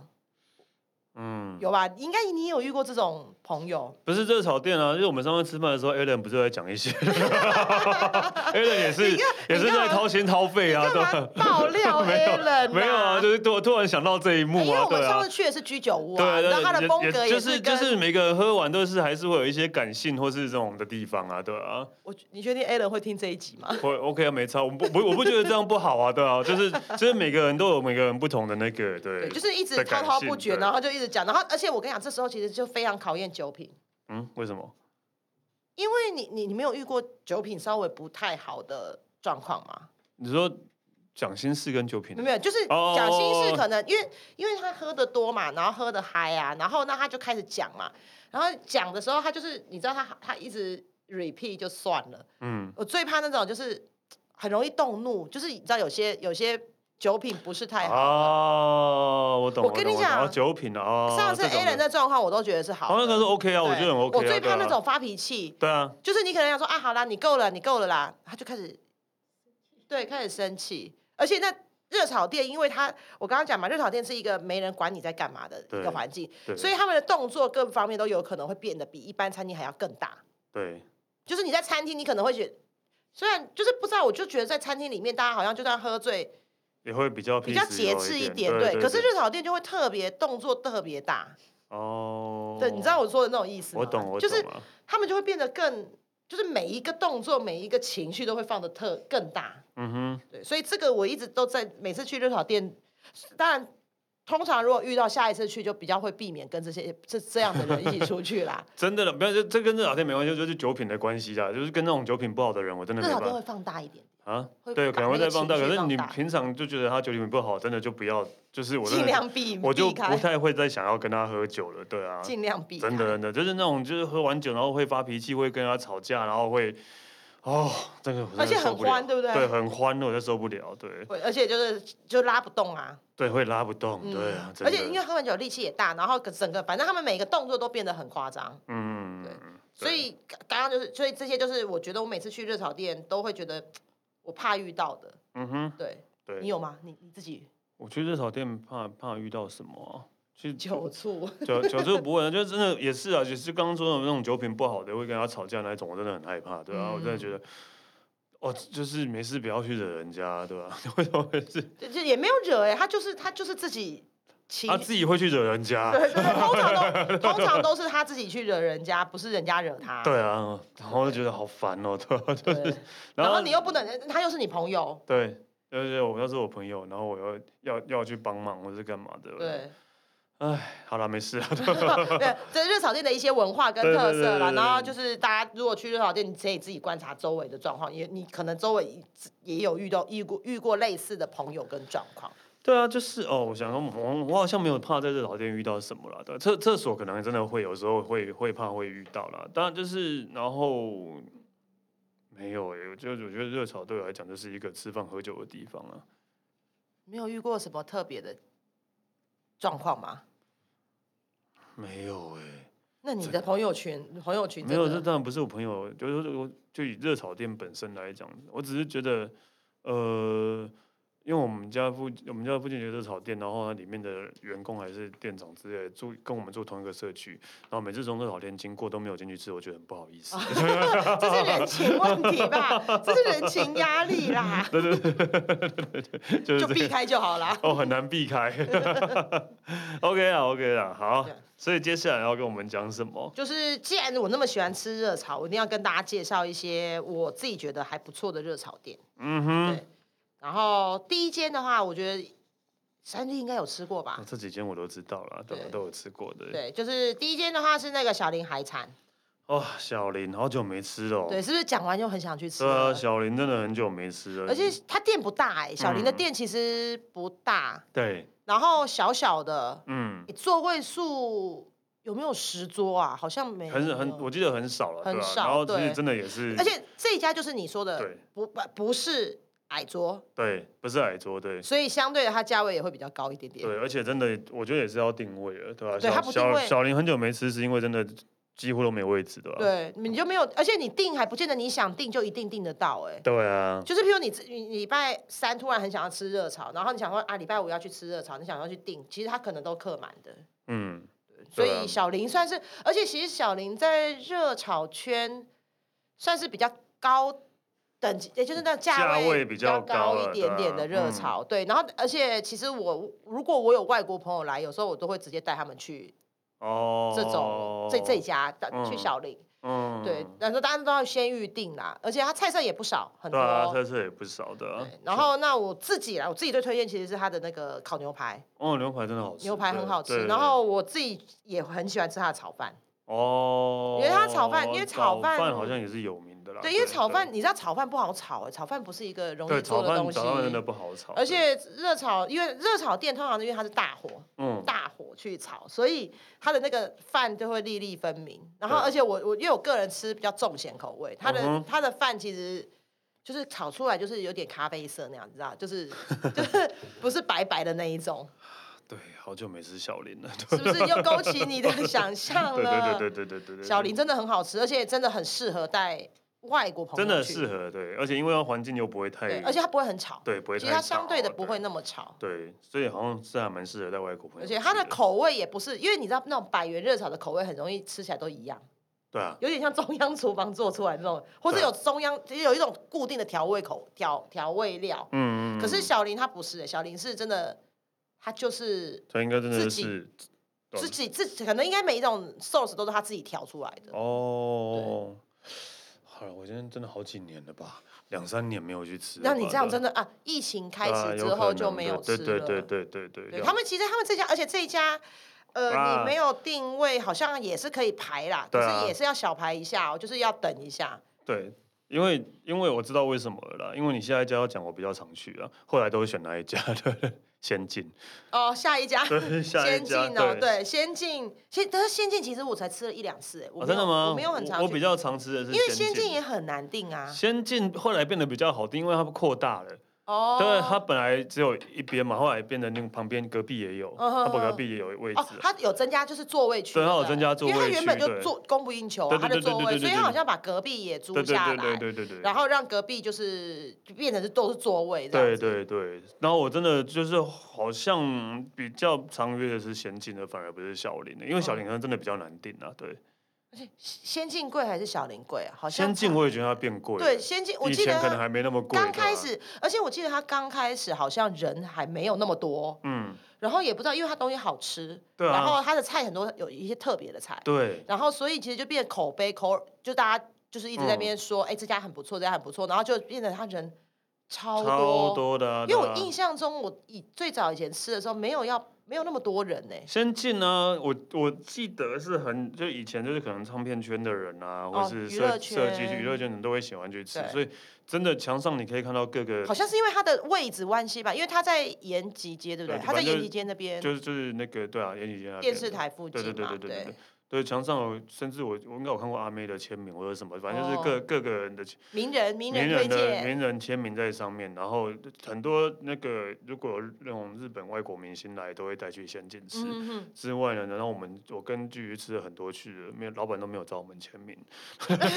Speaker 1: 嗯。
Speaker 2: 有吧？应该你也有遇过这种朋友，
Speaker 1: 不是热炒店啊，就是我们上次吃饭的时候，Alan 不是在讲一
Speaker 2: [laughs]
Speaker 1: 些，Alan 也是
Speaker 2: 你看
Speaker 1: 也是
Speaker 2: 你干
Speaker 1: 在
Speaker 2: 嘛
Speaker 1: 掏心掏肺啊，
Speaker 2: 干
Speaker 1: 对
Speaker 2: 嘛
Speaker 1: 吧？ [laughs]
Speaker 2: 爆料
Speaker 1: 没
Speaker 2: A
Speaker 1: 有
Speaker 2: 人、哎
Speaker 1: 没有啊，就是突突然想到这一
Speaker 2: 因
Speaker 1: 幕
Speaker 2: 为
Speaker 1: 啊，
Speaker 2: 我们
Speaker 1: 对
Speaker 2: 上
Speaker 1: 啊
Speaker 2: 次。去的是居酒屋
Speaker 1: 对
Speaker 2: 啊，
Speaker 1: 啊，
Speaker 2: 然后他的
Speaker 1: 也
Speaker 2: 风格
Speaker 1: 也就
Speaker 2: 也
Speaker 1: 是
Speaker 2: 跟、
Speaker 1: 就是每个喝完都是还是会有一些感性或是这种的地方啊，对啊，
Speaker 2: 我，你确定 A 人会听这一集吗？
Speaker 1: 我
Speaker 2: [laughs]
Speaker 1: OK 啊，没差，我不不我不觉得这样不好啊，对啊，就是就是每个人都有每个人不同的那个，对，
Speaker 2: 对，就是一直
Speaker 1: 在
Speaker 2: 滔
Speaker 1: 感
Speaker 2: 滔
Speaker 1: 性
Speaker 2: 不绝，
Speaker 1: 对
Speaker 2: 然后就一直讲，然后而且我跟你讲，这时候其实就非常考验酒品，
Speaker 1: 嗯，为什么？
Speaker 2: 因为你你你没有遇过酒品稍微不太好的状况吗？
Speaker 1: 你说讲心事跟酒品
Speaker 2: 没有，就是
Speaker 1: 哦
Speaker 2: 讲心事，可能因为因为他喝的多嘛，然后喝的嗨啊，然后那他就开始讲嘛，然后讲的时候他就是你知道他他一直 repeat 就算了，
Speaker 1: 嗯，
Speaker 2: 我最怕那种就是很容易动怒，就是你知道有些有些酒品不是太好。
Speaker 1: 哦，我懂。
Speaker 2: 我跟
Speaker 1: 懂
Speaker 2: 你讲
Speaker 1: 懂哦酒品啊，哦
Speaker 2: 上次
Speaker 1: 这种
Speaker 2: A 人
Speaker 1: 的，
Speaker 2: 的状况我都觉得是好
Speaker 1: 好
Speaker 2: 的，
Speaker 1: 像那是 OK 啊，我觉
Speaker 2: 对
Speaker 1: 得很 OK 啊。
Speaker 2: 我最
Speaker 1: 对啊
Speaker 2: 怕那种发脾气，
Speaker 1: 对啊，
Speaker 2: 就是你可能想说啊，好啦，你够了，你够了啦，他就开始，对，开始生气。而且那热炒店，因为他我刚刚讲嘛，热炒店是一个没人管你在干嘛的一
Speaker 1: 对
Speaker 2: 个环境，
Speaker 1: 对，
Speaker 2: 所以他们的动作各方面都有可能会变得比一般餐厅还要更大。
Speaker 1: 对，
Speaker 2: 就是你在餐厅，你可能会觉得，虽然就是不知道，我就觉得在餐厅里面，大家好像就算喝醉，
Speaker 1: 也会比较
Speaker 2: 比较
Speaker 1: peace
Speaker 2: 节
Speaker 1: 有
Speaker 2: 制
Speaker 1: 一
Speaker 2: 一
Speaker 1: 点，
Speaker 2: 点，
Speaker 1: 对。
Speaker 2: 可是热炒店就会特别动作特别大，
Speaker 1: 哦，
Speaker 2: 对，你知道我说的那种意思吗？
Speaker 1: 我懂，我
Speaker 2: 就
Speaker 1: 懂
Speaker 2: 是
Speaker 1: 啊。
Speaker 2: 他们就会变得更，就是每一个动作、每一个情绪都会放的特更大。
Speaker 1: 嗯哼，
Speaker 2: 对，所以这个我一直都在每次去热炒店，当然通常如果遇到下一次去，就比较会避免跟这些这这样的人一起出
Speaker 1: [laughs]
Speaker 2: 去啦。
Speaker 1: 真的了，不要这这跟这老天没关系，就是酒品的关系啦，就是跟那种酒品不好的人，我真的
Speaker 2: 热
Speaker 1: 没
Speaker 2: 炒
Speaker 1: 办
Speaker 2: 店
Speaker 1: 法
Speaker 2: 会放大一点，
Speaker 1: 啊。
Speaker 2: 会
Speaker 1: 对，
Speaker 2: 把
Speaker 1: 可能会
Speaker 2: 那
Speaker 1: 再
Speaker 2: 个
Speaker 1: 放大，
Speaker 2: 情
Speaker 1: 可
Speaker 2: 绪
Speaker 1: 是
Speaker 2: 放
Speaker 1: 你
Speaker 2: 大
Speaker 1: 平常就觉得他酒品不好，真的就不要，就是我真
Speaker 2: 尽
Speaker 1: 的
Speaker 2: 量避，
Speaker 1: 我就
Speaker 2: 避
Speaker 1: 不
Speaker 2: 开，
Speaker 1: 太会再想要跟他喝酒了，对啊。
Speaker 2: [laughs] 尽量避开。
Speaker 1: 真的真的，就是那种就是喝完酒然后会发脾气，会跟他吵架，然后会哦，这个我真的
Speaker 2: 而且很
Speaker 1: 受了
Speaker 2: 欢对不对
Speaker 1: 对，很欢，我就受不了，对
Speaker 2: 会，而且就是就拉不动啊，嗯
Speaker 1: 对，会拉不动，对啊，真
Speaker 2: 而
Speaker 1: 的
Speaker 2: 且因为喝完酒力气也大，然后整个反正他们每个动作都变得很夸张。
Speaker 1: 嗯，嗯嗯
Speaker 2: 所以刚刚刚就是，所以这些就是我觉得我每次去热炒店都会觉得我怕遇到的。
Speaker 1: 嗯哼，
Speaker 2: 对你
Speaker 1: 对，
Speaker 2: 有吗？你你自己
Speaker 1: 我去热炒店怕怕遇到什么、啊？去
Speaker 2: 酒醋
Speaker 1: [laughs] 酒酒就不会啊，就真的也是啊，也是刚刚说的那种酒品不好的会跟他吵架那一种，我真的很害怕，对啊，我真的
Speaker 2: 嗯
Speaker 1: 觉得。哦，就是没事不要去惹人家，对吧、 [laughs] 为什么会是
Speaker 2: [laughs] 就就也没有惹哎、他就是他就是自己情
Speaker 1: 他、自己会去惹人家？
Speaker 2: [laughs] 对对，通
Speaker 1: [laughs]
Speaker 2: 常都通常都是他自己去惹人家，不是人家惹他。
Speaker 1: 对啊，然后就觉得好烦哦，对啊， [laughs] 就
Speaker 2: 对，
Speaker 1: 是
Speaker 2: [laughs] 然后你又不能，他又是你朋友，
Speaker 1: 对，对对，我要是我朋友，然后我要要要去帮忙或是干嘛的。， [laughs]
Speaker 2: 对
Speaker 1: 哎，好了，没事啊。 [laughs]
Speaker 2: 对，这是热炒店的一些文化跟
Speaker 1: 对对
Speaker 2: 特
Speaker 1: 对
Speaker 2: 色啦。
Speaker 1: 对对
Speaker 2: 然后
Speaker 1: 对
Speaker 2: 就是大家如果去热炒店，你可以自己观察周围的状况，也你可能周围也有遇到遇过遇过类似的朋友跟状况。
Speaker 1: 对啊，就是哦，我想说我我好像没有怕在这老店遇到什么啦。对，啊厕厕所可能真的会有时候会会怕会遇到啦。当然就是然后没有欸诶、我就我觉得热炒对我来讲就是一个吃饭喝酒的地方啊。
Speaker 2: 没有遇过什么特别的状况吗？
Speaker 1: 没有欸诶、
Speaker 2: 那你的朋友群，朋友群
Speaker 1: 没有，
Speaker 2: 真
Speaker 1: 这
Speaker 2: 的
Speaker 1: 当然不是我朋友，就是说我就以热炒店本身来讲，我只是觉得，呃，因为我们家附我们家附近有热炒店，然后它里面的员工还是店长之类的住跟我们住同一个社区，然后每次从热炒店经过都没有进去吃，我觉得很不好意思。
Speaker 2: 哦这是人情问题
Speaker 1: [laughs]
Speaker 2: 吧？这是人情压力啦，
Speaker 1: 对对对对对， [laughs] 就是
Speaker 2: 就
Speaker 1: 这
Speaker 2: 避
Speaker 1: 样。
Speaker 2: 开就好啦。
Speaker 1: 哦，很难避开。OK 啊，OK 啊，好
Speaker 2: 对。
Speaker 1: 所以接下来要跟我们讲什么？
Speaker 2: 就是既然我那么喜欢吃热炒，我一定要跟大家介绍一些我自己觉得还不错的热炒店。
Speaker 1: 嗯哼，
Speaker 2: 对然后第一间的话，我觉得三弟应该有吃过吧
Speaker 1: 啊？这几间我都知道了，都
Speaker 2: 对
Speaker 1: 都有吃过的。
Speaker 2: 对，就是第一间的话是那个小林海产，
Speaker 1: 哦，小林好久没吃了哦。
Speaker 2: 对，是不是讲完又很想去吃
Speaker 1: 对啊，
Speaker 2: 了？
Speaker 1: 小林真的很久没吃了，
Speaker 2: 而且它店不大哎、小林的
Speaker 1: 嗯
Speaker 2: 店其实不大，
Speaker 1: 对，
Speaker 2: 然后小小的，
Speaker 1: 嗯，
Speaker 2: 你座位数有没有十桌啊？好像没有，
Speaker 1: 很很，我记得很少了，
Speaker 2: 很
Speaker 1: 对吧、啊
Speaker 2: 少
Speaker 1: 然后其
Speaker 2: 对
Speaker 1: 实真的也是，
Speaker 2: 而且这一家就是你说的
Speaker 1: 嗯对，
Speaker 2: 不不不是矮桌，
Speaker 1: 对，不是矮桌，对
Speaker 2: 所以相对的它价位也会比较高一点点。
Speaker 1: 对，而且真的，我觉得也是要定位了，对吧、
Speaker 2: 对它不
Speaker 1: 小
Speaker 2: 定
Speaker 1: 小
Speaker 2: 位
Speaker 1: 小林很久没吃，是因为真的几乎都没位置，对吧、
Speaker 2: 对，你就没有，而且你订还不见得你想订就一定订得到哎、
Speaker 1: 对啊，
Speaker 2: 就是譬如你自你你礼拜三突然很想要吃热炒，然后你想说啊礼拜五要去吃热炒，你想要去订，其实它可能都客满的。
Speaker 1: 嗯，
Speaker 2: 所
Speaker 1: 对啊
Speaker 2: 以小林算是，而且其实小林在热炒圈算是比较高等级，也就是那价
Speaker 1: 价位
Speaker 2: 位
Speaker 1: 比较
Speaker 2: 较
Speaker 1: 高了
Speaker 2: 一点点的
Speaker 1: 对啊
Speaker 2: 热炒。对，然后而且其实我如果我有外国朋友来，有时候我都会直接带他们去
Speaker 1: 哦，
Speaker 2: 这种、这这一家
Speaker 1: 嗯
Speaker 2: 去小林。
Speaker 1: 嗯，
Speaker 2: 对，然后大家都要先预定啦，而且它菜色也不少，很
Speaker 1: 对
Speaker 2: 多。
Speaker 1: 啊，特色也不少的、啊
Speaker 2: 对，然后那我自己啦，我自己最推荐其实是它的那个烤牛排，
Speaker 1: 哦，牛排真的好吃，
Speaker 2: 牛排
Speaker 1: 对
Speaker 2: 很好吃。
Speaker 1: 对
Speaker 2: 然后我自己也很喜欢吃它的炒饭，
Speaker 1: 哦，
Speaker 2: 因为它炒饭因为炒饭
Speaker 1: 好像也是有名的啦，
Speaker 2: 对，因为炒
Speaker 1: 啊对
Speaker 2: 饭你知道炒饭不好炒、欸，炒饭不是一个容易
Speaker 1: 对
Speaker 2: 做
Speaker 1: 炒
Speaker 2: 的
Speaker 1: 饭
Speaker 2: 东西
Speaker 1: 炒，饭真的不好炒，
Speaker 2: 而且热炒，因为热炒店通常因为它是大火，
Speaker 1: 嗯，
Speaker 2: 大火去炒，所以它的那个饭就会粒粒分明。然后，
Speaker 1: 对
Speaker 2: 而且我我因为我个人吃比较重咸口味，它的、
Speaker 1: 嗯哼
Speaker 2: 它的饭其实就是炒出来就是有点咖啡色那样，你知道，就是
Speaker 1: [laughs]
Speaker 2: 就是不是白白的那一种，
Speaker 1: 对，好久没吃小林
Speaker 2: [laughs]
Speaker 1: 了，
Speaker 2: 是不是又勾起
Speaker 1: [laughs]
Speaker 2: 你的想象
Speaker 1: 对
Speaker 2: 了？
Speaker 1: 对对对对对对对，
Speaker 2: 小林真的很好吃，而且真的很适合带外国朋友
Speaker 1: 真的
Speaker 2: 去
Speaker 1: 适合对，而且因为它环境又不会太
Speaker 2: 对，，而且它不会很吵，
Speaker 1: 对不会
Speaker 2: 其
Speaker 1: 太
Speaker 2: 实它相对的
Speaker 1: 吵
Speaker 2: 不会那么吵。
Speaker 1: 对，所以好像是还蛮适合带外国朋
Speaker 2: 而
Speaker 1: 友去，
Speaker 2: 且它的口味也不是，因为你知道那种百元热炒的口味很容易吃起来都一样，
Speaker 1: 对啊，
Speaker 2: 有点像中央厨房做出来那种，或者
Speaker 1: 对啊
Speaker 2: 有中央就是有一种固定的调味口调调味料。
Speaker 1: 嗯，嗯
Speaker 2: 可是
Speaker 1: 嗯
Speaker 2: 小林它不是、欸小林是真的，它就是
Speaker 1: 它应该真的
Speaker 2: 自己
Speaker 1: 是懂
Speaker 2: 自己自己可能应该每一种 sauce 都是他自己调出来的。
Speaker 1: 哦，好了，我今天真的好几年了吧，两三年没有去吃了吧，
Speaker 2: 那你这样真
Speaker 1: 的
Speaker 2: 的啊？疫情开始之
Speaker 1: 有
Speaker 2: 后
Speaker 1: 可
Speaker 2: 就
Speaker 1: 能
Speaker 2: 没
Speaker 1: 对
Speaker 2: 有吃了。
Speaker 1: 对对对对对啊
Speaker 2: 对
Speaker 1: 对，
Speaker 2: 他们其实他们这家，而且这一家，呃，
Speaker 1: 啊
Speaker 2: 你没有定位，好像也是可以排啦，
Speaker 1: 对
Speaker 2: 可
Speaker 1: 啊
Speaker 2: 是也是要小排一下哦，就是要等一下。
Speaker 1: 对，因为因为我知道为什么了啦，因为你下一家要讲，我比较常去啊，后来都会选那一家的 [laughs] 先进，
Speaker 2: 哦，下一家， [laughs]
Speaker 1: 对，下一
Speaker 2: 先进
Speaker 1: 家
Speaker 2: 哦，。对，先进，先，但是先进其实我才吃了一两次，哎，我
Speaker 1: 哦、
Speaker 2: 没
Speaker 1: 真
Speaker 2: 有
Speaker 1: 的吗？
Speaker 2: 我没有很常
Speaker 1: 我
Speaker 2: 去
Speaker 1: 比较常吃的是
Speaker 2: 因为先进
Speaker 1: 进
Speaker 2: 也很难定啊。
Speaker 1: 先进后来变得比较好订，因为它扩大了。
Speaker 2: 哦，
Speaker 1: 对，它本来只有一边嘛，后来变成那个旁边隔壁也有，
Speaker 2: 嗯哼
Speaker 1: 它不隔
Speaker 2: 哼
Speaker 1: 壁也有位置啊
Speaker 2: 哦，
Speaker 1: 了。
Speaker 2: 它有增加就是座位区，
Speaker 1: 对它有
Speaker 2: 不
Speaker 1: 增加座位
Speaker 2: 因为它原本
Speaker 1: 区
Speaker 2: 就
Speaker 1: 对
Speaker 2: 座供不应求啊，
Speaker 1: 对
Speaker 2: 它
Speaker 1: 对
Speaker 2: 的
Speaker 1: 对对
Speaker 2: 座
Speaker 1: 对
Speaker 2: 位，
Speaker 1: 对
Speaker 2: 所以
Speaker 1: 对
Speaker 2: 它好
Speaker 1: 对
Speaker 2: 像把隔壁也租
Speaker 1: 对对
Speaker 2: 下
Speaker 1: 对对
Speaker 2: 来，
Speaker 1: 对对对。
Speaker 2: 然后让隔壁就是就变成是都是座位这样
Speaker 1: 对
Speaker 2: 子。
Speaker 1: 对对，然后我真的就是好像比较常约的是先进的，反而不是小林的，因为小
Speaker 2: 嗯
Speaker 1: 林可能真的比较难订啊。对，
Speaker 2: 先进贵还是小林贵啊？好像
Speaker 1: 先进我也觉得它变贵了。
Speaker 2: 对先进，我
Speaker 1: 以
Speaker 2: 记得
Speaker 1: 前可能
Speaker 2: 它
Speaker 1: 还没那么贵。啊
Speaker 2: 刚
Speaker 1: 对吧
Speaker 2: 开，始，而且我记得它刚开始好像人还没有那么多，
Speaker 1: 嗯，
Speaker 2: 然后也不知道，因为它东西好吃，
Speaker 1: 对啊
Speaker 2: 然后它的菜很多有一些特别的菜，
Speaker 1: 对，
Speaker 2: 然后所以其实就变口碑口，就大家就是一直在那边
Speaker 1: 嗯
Speaker 2: 说，哎、这家很不错，这家很不错，然后就变得他人超多，
Speaker 1: 超多的啊、
Speaker 2: 因为
Speaker 1: 对啊。
Speaker 2: 我印象中我以最早以前吃的时候没有要没有那么多人呢、欸
Speaker 1: 先进呢，我我记得是很就以前就是可能唱片圈的人啊，
Speaker 2: 哦
Speaker 1: 或是
Speaker 2: 娱乐
Speaker 1: 设设计
Speaker 2: 圈
Speaker 1: 娱乐圈的人都会喜欢去吃
Speaker 2: 对，
Speaker 1: 所以真的墙上你可以看到各个
Speaker 2: 好像是因为它的位置关系吧，因为它在延吉街，对不对？
Speaker 1: 对
Speaker 2: 它在
Speaker 1: 反正
Speaker 2: 延吉街那边
Speaker 1: 就是就是那个对啊，演艺圈那边
Speaker 2: 电视台附
Speaker 1: 对
Speaker 2: 近
Speaker 1: 对对
Speaker 2: 嘛，
Speaker 1: 对对对对，对，墙上有，甚至我我应该有看过阿妹的签名或者什么，反正就是各、
Speaker 2: 哦
Speaker 1: 各个人的签
Speaker 2: 名人名
Speaker 1: 名
Speaker 2: 人推
Speaker 1: 人的
Speaker 2: 荐，
Speaker 1: 名人签名在上面，然后很多那个如果有那种日本外国明星来，都会带去先进吃。
Speaker 2: 嗯哼
Speaker 1: 之外呢，然后我们我跟巨鱼吃了很多去了，没有老板都没有找我们签名，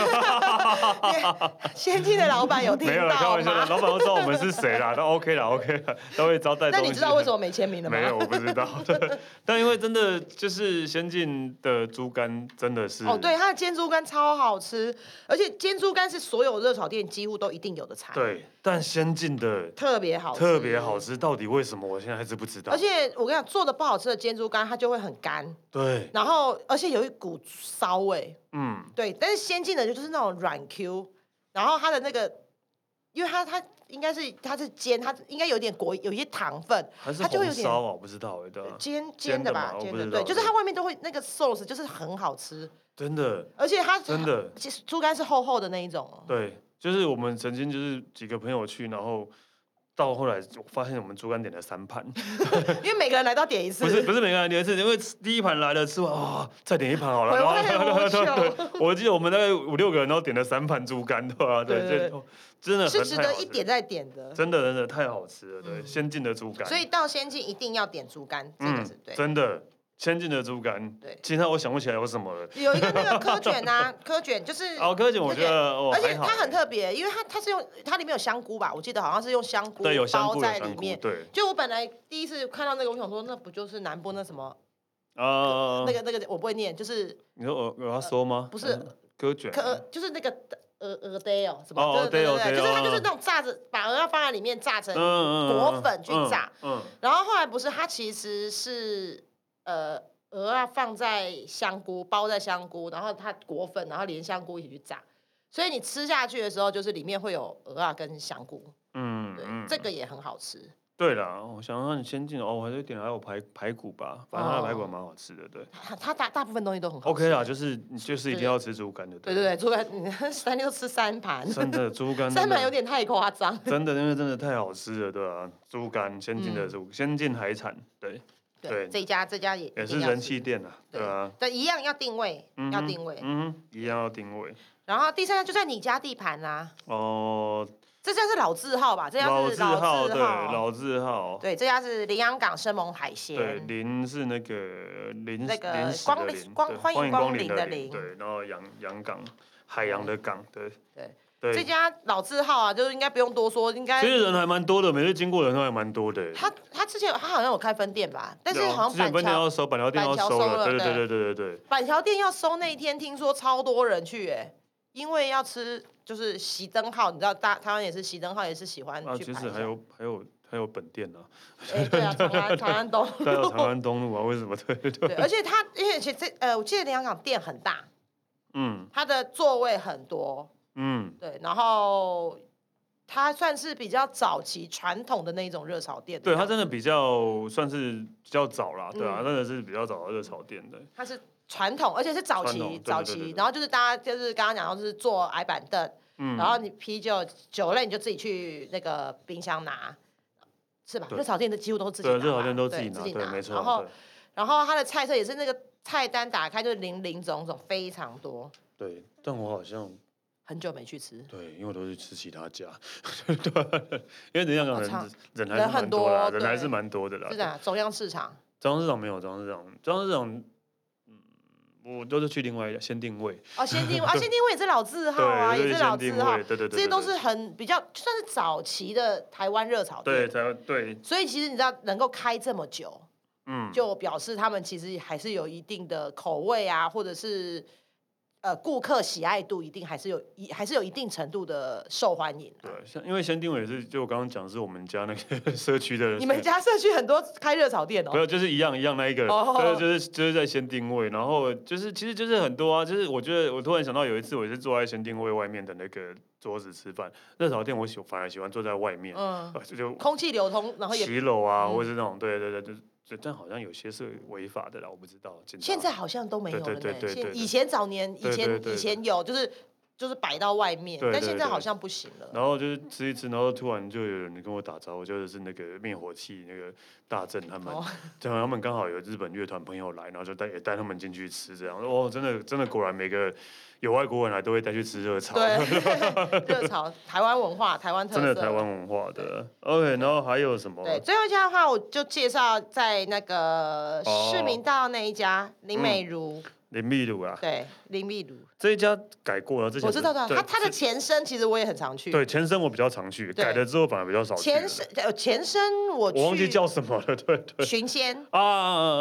Speaker 2: 哼，先进的老板有听
Speaker 1: [laughs] 没有啦，开
Speaker 2: 到
Speaker 1: 玩笑的，
Speaker 2: 吗？
Speaker 1: 老板都知道我们是谁啦，那 OK 啦 OK 啦，他会招待
Speaker 2: 那
Speaker 1: 东西。
Speaker 2: 你知道为什么没签名的吗？
Speaker 1: 没有，我不知道。
Speaker 2: [laughs]
Speaker 1: 对但因为真的就是先进的猪肝真的是
Speaker 2: 哦，对，它的煎猪肝超好吃，而且煎猪肝是所有热炒店几乎都一定有的菜，，
Speaker 1: 对但先进的
Speaker 2: 特别好，
Speaker 1: 特别好。吃，到底为什么我现在还是不知道
Speaker 2: 而？且我跟你讲，做的不好吃的煎猪肝，它就会很干，
Speaker 1: 对，
Speaker 2: 然后而且有一股骚味。
Speaker 1: 嗯，
Speaker 2: 对，但是先进的就是那种软 Q，然后它的那个，因为它它应该是它是煎，它应该有点果有一些糖分，
Speaker 1: 还是
Speaker 2: 它就
Speaker 1: 红
Speaker 2: 有点
Speaker 1: 烧啊，我不知道哎，对啊
Speaker 2: 煎
Speaker 1: 煎的
Speaker 2: 的吧
Speaker 1: 嘛，我
Speaker 2: 煎
Speaker 1: 不
Speaker 2: 的
Speaker 1: 知
Speaker 2: 对，
Speaker 1: 道
Speaker 2: 就是
Speaker 1: 对
Speaker 2: 它外面都会那个 sauce 就是很好吃，
Speaker 1: 真的
Speaker 2: 而且它
Speaker 1: 真的
Speaker 2: 其实猪肝是厚厚的那一种
Speaker 1: [laughs]
Speaker 2: 哦，
Speaker 1: 对，就是我们曾经就是几个朋友去，然后。到后来，我发现我们猪肝点了三盘，
Speaker 2: 因为每个人来到点一次，
Speaker 1: 不是不是每个人点一次，因为吃第一盘来了吃完啊、再点一盘好了。
Speaker 2: 回
Speaker 1: 然后
Speaker 2: 味无
Speaker 1: [laughs] 对
Speaker 2: 穷，
Speaker 1: 我记得我们大概五六个人，然后点了三盘猪肝，对吧、对
Speaker 2: 对对
Speaker 1: 这
Speaker 2: 对
Speaker 1: 真的
Speaker 2: 是
Speaker 1: 很
Speaker 2: 值
Speaker 1: 太
Speaker 2: 得
Speaker 1: 好
Speaker 2: 一
Speaker 1: 吃
Speaker 2: 点再点的。
Speaker 1: 真的真的太好吃了，对，
Speaker 2: 嗯
Speaker 1: 先进的猪肝，嗯
Speaker 2: 所以到仙境一定要点猪肝，这个是对。
Speaker 1: 真的先进的猪肝，
Speaker 2: 对
Speaker 1: 其他我想不起来有什么了。
Speaker 2: 有一个那个科卷啊，科卷就是，
Speaker 1: [laughs] 哦，柯姐，我
Speaker 2: 而且
Speaker 1: 觉得哦，
Speaker 2: 而且
Speaker 1: 还好
Speaker 2: 它很
Speaker 1: 欸
Speaker 2: 特别，因为它它是用它里面有香菇吧，我记得好像是用香菇
Speaker 1: 对，有香
Speaker 2: 包
Speaker 1: 菇，有
Speaker 2: 在
Speaker 1: 香
Speaker 2: 里
Speaker 1: 菇，
Speaker 2: 面。
Speaker 1: 对，
Speaker 2: 就我本来第一次看到那个，我想说那不就是南波那什么
Speaker 1: 啊，
Speaker 2: 那个那个我不会念，就是
Speaker 1: 你说我我要说吗？
Speaker 2: 不是
Speaker 1: 还柯卷，
Speaker 2: 可就是那个鹅鹅呆哦什
Speaker 1: 哦
Speaker 2: 么，对
Speaker 1: 鹅
Speaker 2: 对
Speaker 1: 呆哦对
Speaker 2: 对，就是它
Speaker 1: 哦
Speaker 2: 就是那种炸着把鹅要放在里面炸成
Speaker 1: 嗯嗯
Speaker 2: 裹粉去炸，
Speaker 1: 嗯嗯
Speaker 2: 然后后来不是，它其实是呃鹅啊放在香菇，包在香菇，然后它裹粉，然后连香菇一起去炸。所以你吃下去的时候，就是里面会有鹅啊跟香菇，
Speaker 1: 嗯嗯
Speaker 2: 对，
Speaker 1: 嗯，
Speaker 2: 这个也很好吃。
Speaker 1: 对啦，我想让你先进哦，我还是点还有排排骨吧，反正它的排骨
Speaker 2: 哦
Speaker 1: 蛮好吃的，对
Speaker 2: 它它大大部分东西都很好吃。
Speaker 1: ，OK 啦，就是你就是一定
Speaker 2: 对
Speaker 1: 要吃猪肝的，
Speaker 2: 对对对，除了你 [laughs] 三六吃三盘，
Speaker 1: 真的猪肝
Speaker 2: 三
Speaker 1: 真的
Speaker 2: 盘有点太夸张。
Speaker 1: 真的，因为真的太好吃了，对啊，猪肝，先进的
Speaker 2: 嗯
Speaker 1: 猪，先进海产，对，对
Speaker 2: 对，这一家这家也
Speaker 1: 也
Speaker 2: 一
Speaker 1: 是
Speaker 2: 定要
Speaker 1: 人
Speaker 2: 吃
Speaker 1: 气店啊，对啊，
Speaker 2: 但一样要定位，
Speaker 1: 嗯
Speaker 2: 要
Speaker 1: 哼
Speaker 2: 定位。
Speaker 1: 嗯哼，一样要定位。
Speaker 2: 然后第三家就在你家地盘啦、
Speaker 1: 哦，
Speaker 2: 这家是老字号吧？这家是
Speaker 1: 老字号，
Speaker 2: 老
Speaker 1: 对，老字号，
Speaker 2: 对，这家是羚羊港生猛海
Speaker 1: 对，
Speaker 2: 鲜，
Speaker 1: 林是那个林，
Speaker 2: 那个
Speaker 1: 临时的
Speaker 2: 光临
Speaker 1: 临
Speaker 2: 光
Speaker 1: 对
Speaker 2: 欢迎
Speaker 1: 欢迎
Speaker 2: 光
Speaker 1: 光临
Speaker 2: 临
Speaker 1: 的
Speaker 2: 的
Speaker 1: 临，
Speaker 2: 临
Speaker 1: 对，然后洋洋港，海洋的港，对，
Speaker 2: 对这
Speaker 1: 对，
Speaker 2: 家老字号啊，就是应该不用多说，应该
Speaker 1: 其实人还蛮多的，每次经过的人都还蛮多的。欸
Speaker 2: 他他之前有他好像有开分店吧，但是
Speaker 1: 对啊
Speaker 2: 好
Speaker 1: 之
Speaker 2: 像
Speaker 1: 前
Speaker 2: 板
Speaker 1: 分店
Speaker 2: 桥
Speaker 1: 要收，板桥店
Speaker 2: 板
Speaker 1: 要
Speaker 2: 桥
Speaker 1: 收
Speaker 2: 收
Speaker 1: 了，
Speaker 2: 了
Speaker 1: 对对对
Speaker 2: 对
Speaker 1: 对对对
Speaker 2: 板桥店要收那一天，听说超多人去哎、因为要吃就是熄灯号，你知道大台湾也是熄灯号也是喜欢
Speaker 1: 对，啊，
Speaker 2: 去
Speaker 1: 其
Speaker 2: 排
Speaker 1: 实
Speaker 2: 一
Speaker 1: 还
Speaker 2: 下。
Speaker 1: 有还有还有本
Speaker 2: [laughs]
Speaker 1: 店啊，
Speaker 2: 哎，
Speaker 1: [laughs]
Speaker 2: 对啊，长安长安东
Speaker 1: 带到
Speaker 2: 路
Speaker 1: 长，安东路啊，为什么？ [laughs] 对对对，
Speaker 2: 对，而且他因为其实这呃，我记得羚羊港店很大，
Speaker 1: 嗯
Speaker 2: 它的座位很多，
Speaker 1: 嗯，
Speaker 2: 对，然后它算是比较早期传统的那一种热炒店。
Speaker 1: 对，它
Speaker 2: 这
Speaker 1: 真的比较算是比较早啦，对啊，
Speaker 2: 啊嗯
Speaker 1: 真的是比较早的热炒店的，
Speaker 2: 它是传统，而且是早
Speaker 1: 传统对
Speaker 2: 期
Speaker 1: 对
Speaker 2: 早
Speaker 1: 对对
Speaker 2: 期
Speaker 1: 对，
Speaker 2: 然后就是大家就是刚刚讲到就是坐矮板凳，
Speaker 1: 嗯，
Speaker 2: 然后你啤酒酒类你就自己去那个冰箱拿。是吧？
Speaker 1: 对
Speaker 2: 热炒店的几乎都是自己
Speaker 1: 对
Speaker 2: 拿吧，
Speaker 1: 热炒店都自己
Speaker 2: 对
Speaker 1: 拿，
Speaker 2: 自己
Speaker 1: 对，
Speaker 2: 拿。
Speaker 1: 没错，
Speaker 2: 然后
Speaker 1: 对，
Speaker 2: 然后它的菜色也是那个菜单打开就是林林总总，非常多。
Speaker 1: 对，但我好像
Speaker 2: 很久没去吃，
Speaker 1: 对，因为我都是吃其他家， [laughs] 对，因为人家
Speaker 2: 哦
Speaker 1: 讲人
Speaker 2: 差
Speaker 1: 人还
Speaker 2: 人
Speaker 1: 是蛮
Speaker 2: 很
Speaker 1: 多啦，
Speaker 2: 多
Speaker 1: 人还
Speaker 2: 对
Speaker 1: 是蛮多的啦。
Speaker 2: 是的，中央市场。
Speaker 1: 张市长没有，张市长，张市长，嗯，我都是去另外一家先定位， [laughs]
Speaker 2: 哦，先进啊，先进味也是老字号啊，
Speaker 1: 对，
Speaker 2: 也
Speaker 1: 就是先
Speaker 2: 老字
Speaker 1: 定
Speaker 2: 号
Speaker 1: 位，。对对对，
Speaker 2: 这些
Speaker 1: 对
Speaker 2: 都
Speaker 1: 对
Speaker 2: 是很比较就算是早期的台湾热炒
Speaker 1: 对
Speaker 2: 店。
Speaker 1: 才对，
Speaker 2: 所以其实你知道能够开这么久，
Speaker 1: 嗯，
Speaker 2: 就表示他们其实还是有一定的口味啊，或者是呃顾客喜爱度一定还是有一还是有一定程度的受欢迎、啊
Speaker 1: 对。，像因为先定位也是，就我刚刚讲是我们家那个 [laughs] 社区的，
Speaker 2: 你们家社区很多开热炒店哦
Speaker 1: 没，有，就是一样一样那一个，
Speaker 2: 哦
Speaker 1: 对，就是就是在先定位，然后就是其实就是很多啊，就是我觉得我突然想到有一次我是坐在先定位外面的那个桌子吃饭，热炒店我喜反而喜欢坐在外面，
Speaker 2: 嗯，
Speaker 1: 啊这就
Speaker 2: 空气流通，然后也
Speaker 1: 骑楼啊，
Speaker 2: 嗯
Speaker 1: 或者是那种对对对，就是就但好像有些是违法的啦，我不知道。警察啊
Speaker 2: 现在好像都没有了
Speaker 1: 对对
Speaker 2: 呢。
Speaker 1: 对对
Speaker 2: 现
Speaker 1: 对
Speaker 2: 以前早年以
Speaker 1: 对对
Speaker 2: 前
Speaker 1: 对
Speaker 2: 以前有，就是就是摆到外面，
Speaker 1: 对
Speaker 2: 但
Speaker 1: 对
Speaker 2: 现在
Speaker 1: 对
Speaker 2: 好像不行了。
Speaker 1: 然后就是吃一吃，然后突然就有人跟我打招呼，就是那个灭火器那个大正他们 [laughs]
Speaker 2: 哦，
Speaker 1: 然后他们刚好有日本乐团朋友来，然后就带也带他们进去吃，这样哦，真的真的果然每个有外国人来都会带去吃热炒， [laughs]
Speaker 2: 对，热潮，台湾文化，台湾特
Speaker 1: 真
Speaker 2: 色。
Speaker 1: 的台湾文化的。OK，然后还有什么？
Speaker 2: 对，最后一家的话，我就介绍在那个
Speaker 1: 哦嗯
Speaker 2: 市民道那一家林美如，
Speaker 1: 林密鲁啊，
Speaker 2: 对，林美如，
Speaker 1: 这一家改过了，之前
Speaker 2: 我知道的。
Speaker 1: 对
Speaker 2: 它它的
Speaker 1: 是
Speaker 2: 前身其实我也很常去，
Speaker 1: 对前身我比较常去，
Speaker 2: 对
Speaker 1: 改了之后反而比较少去了。
Speaker 2: 前身呃前身我去
Speaker 1: 我忘记叫 [laughs] 什么了，对对
Speaker 2: 寻仙，
Speaker 1: 啊啊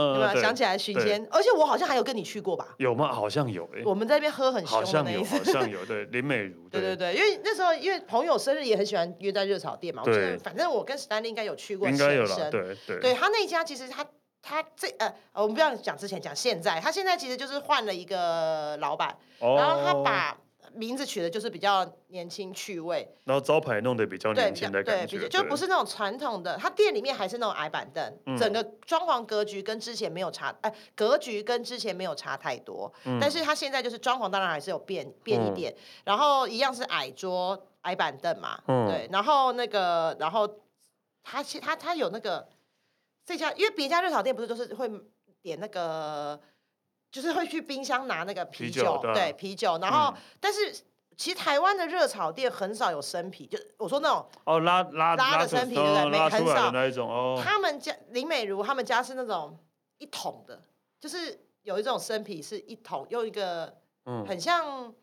Speaker 1: 啊
Speaker 2: 对
Speaker 1: 啊啊
Speaker 2: 吧？
Speaker 1: 对，
Speaker 2: 想起来寻
Speaker 1: 对
Speaker 2: 仙，而且我好像还有跟你去过吧？
Speaker 1: 有吗？好像有诶，
Speaker 2: 我们在那边喝很凶
Speaker 1: 好
Speaker 2: 的
Speaker 1: 像
Speaker 2: 那
Speaker 1: 有，
Speaker 2: 一次
Speaker 1: 好。像有，对林美如，
Speaker 2: [laughs] 对对对，因为那时候因为朋友生日也很喜欢约在热炒店嘛，我记
Speaker 1: 对
Speaker 2: 得反正我跟史丹利应该有去过
Speaker 1: 应
Speaker 2: 前
Speaker 1: 该有
Speaker 2: 身
Speaker 1: 啦，对对
Speaker 2: 对他那一家其实他他这呃，我们不要讲之前讲现在，他现在其实就是换了一个老板，
Speaker 1: 哦
Speaker 2: 然后他把名字取的就是比较年轻趣味，
Speaker 1: 然后招牌弄得比较
Speaker 2: 对，
Speaker 1: 年
Speaker 2: 比
Speaker 1: 轻
Speaker 2: 较
Speaker 1: 的
Speaker 2: 对，
Speaker 1: 感
Speaker 2: 比
Speaker 1: 觉，
Speaker 2: 较就不是那种传统的，他店里面还是那种矮板凳，
Speaker 1: 嗯
Speaker 2: 整个装潢格局跟之前没有差，哎、格局跟之前没有差太多，但是他现在就是装潢当然还是有变变一
Speaker 1: 嗯
Speaker 2: 点，然后一样是矮桌矮板凳嘛，
Speaker 1: 嗯
Speaker 2: 对，然后那个然后他其他他有那个这家，因为别家热炒店不是都是会点那个。就是会去冰箱拿那个啤
Speaker 1: 啤酒对啊
Speaker 2: 对啤酒，然后、
Speaker 1: 嗯
Speaker 2: 但是其实台湾的热炒店很少有生啤，就是我说那种
Speaker 1: 哦拉拉
Speaker 2: 拉的
Speaker 1: 出
Speaker 2: 生啤
Speaker 1: 哦
Speaker 2: 对不对没
Speaker 1: 拉
Speaker 2: 很
Speaker 1: 出来
Speaker 2: 少
Speaker 1: 的那一种哦，
Speaker 2: 他们家林美如他们家是那种一桶的，就是有一种生啤是一桶，用一个
Speaker 1: 嗯
Speaker 2: 很像。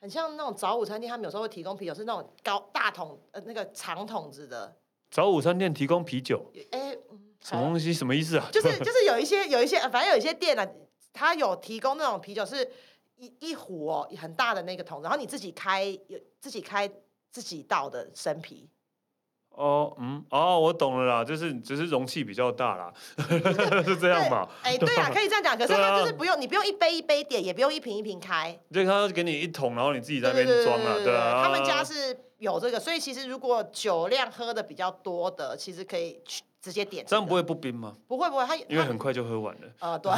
Speaker 2: 很像那种早午餐店，他们有时候会提供啤酒，是那种高大桶呃那个长桶子的，
Speaker 1: 找午餐店提供啤酒，
Speaker 2: 有哎、嗯
Speaker 1: 什么东西什么意思啊？ [laughs]
Speaker 2: 就是就是有一些有一些，呃反正有一些店啊，它有提供那种啤酒是一一壶哦很大的那个桶，然后你自己开有自己开自己倒的生啤，
Speaker 1: 哦嗯哦我懂了啦，就是只是容器比较大啦， [laughs] 是这样嘛？
Speaker 2: 哎、对啊，可以这样讲。可是
Speaker 1: 对啊
Speaker 2: 它就是不用，你不用一杯一杯点，也不用一瓶一瓶开。
Speaker 1: [laughs] 就他给你一桶，然后你自己在
Speaker 2: 对
Speaker 1: 那边
Speaker 2: 对对对
Speaker 1: 装啊，
Speaker 2: 对
Speaker 1: 对啊。
Speaker 2: 他们家是有这个，所以其实如果酒量喝的比较多的，其实可以去直接点、
Speaker 1: 这样不
Speaker 2: 会
Speaker 1: 会不冰吗？
Speaker 2: 不会不会，他
Speaker 1: 因为
Speaker 2: 他
Speaker 1: 很快就喝完了。
Speaker 2: 呃对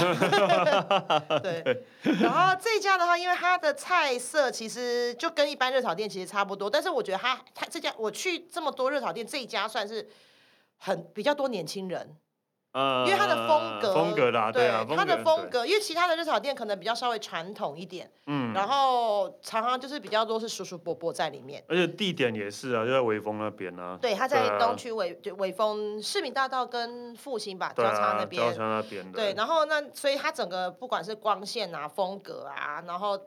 Speaker 1: [laughs]
Speaker 2: 对。然后这家的话，因为它的菜色其实就跟一般热炒店其实差不多，但是我觉得它它这家我去这么多热炒店，这一家算是很比较多年轻人。
Speaker 1: 呃，
Speaker 2: 因为它的风格，
Speaker 1: 风格啦，对啊，
Speaker 2: 它的风
Speaker 1: 对，
Speaker 2: 格，因为其他的热炒店可能比较稍微传统一点，
Speaker 1: 嗯，
Speaker 2: 然后常常就是比较多是叔叔伯伯在里面。
Speaker 1: 而且地点也是啊，就在微风那边啊，
Speaker 2: 对，他
Speaker 1: 对啊
Speaker 2: 在东区伟就伟丰市民大道跟复兴吧交
Speaker 1: 对
Speaker 2: 叉
Speaker 1: 啊，
Speaker 2: 那
Speaker 1: 交
Speaker 2: 边，
Speaker 1: 叉那边的，
Speaker 2: 对，然后那所以它整个不管是光线啊、风格啊，然后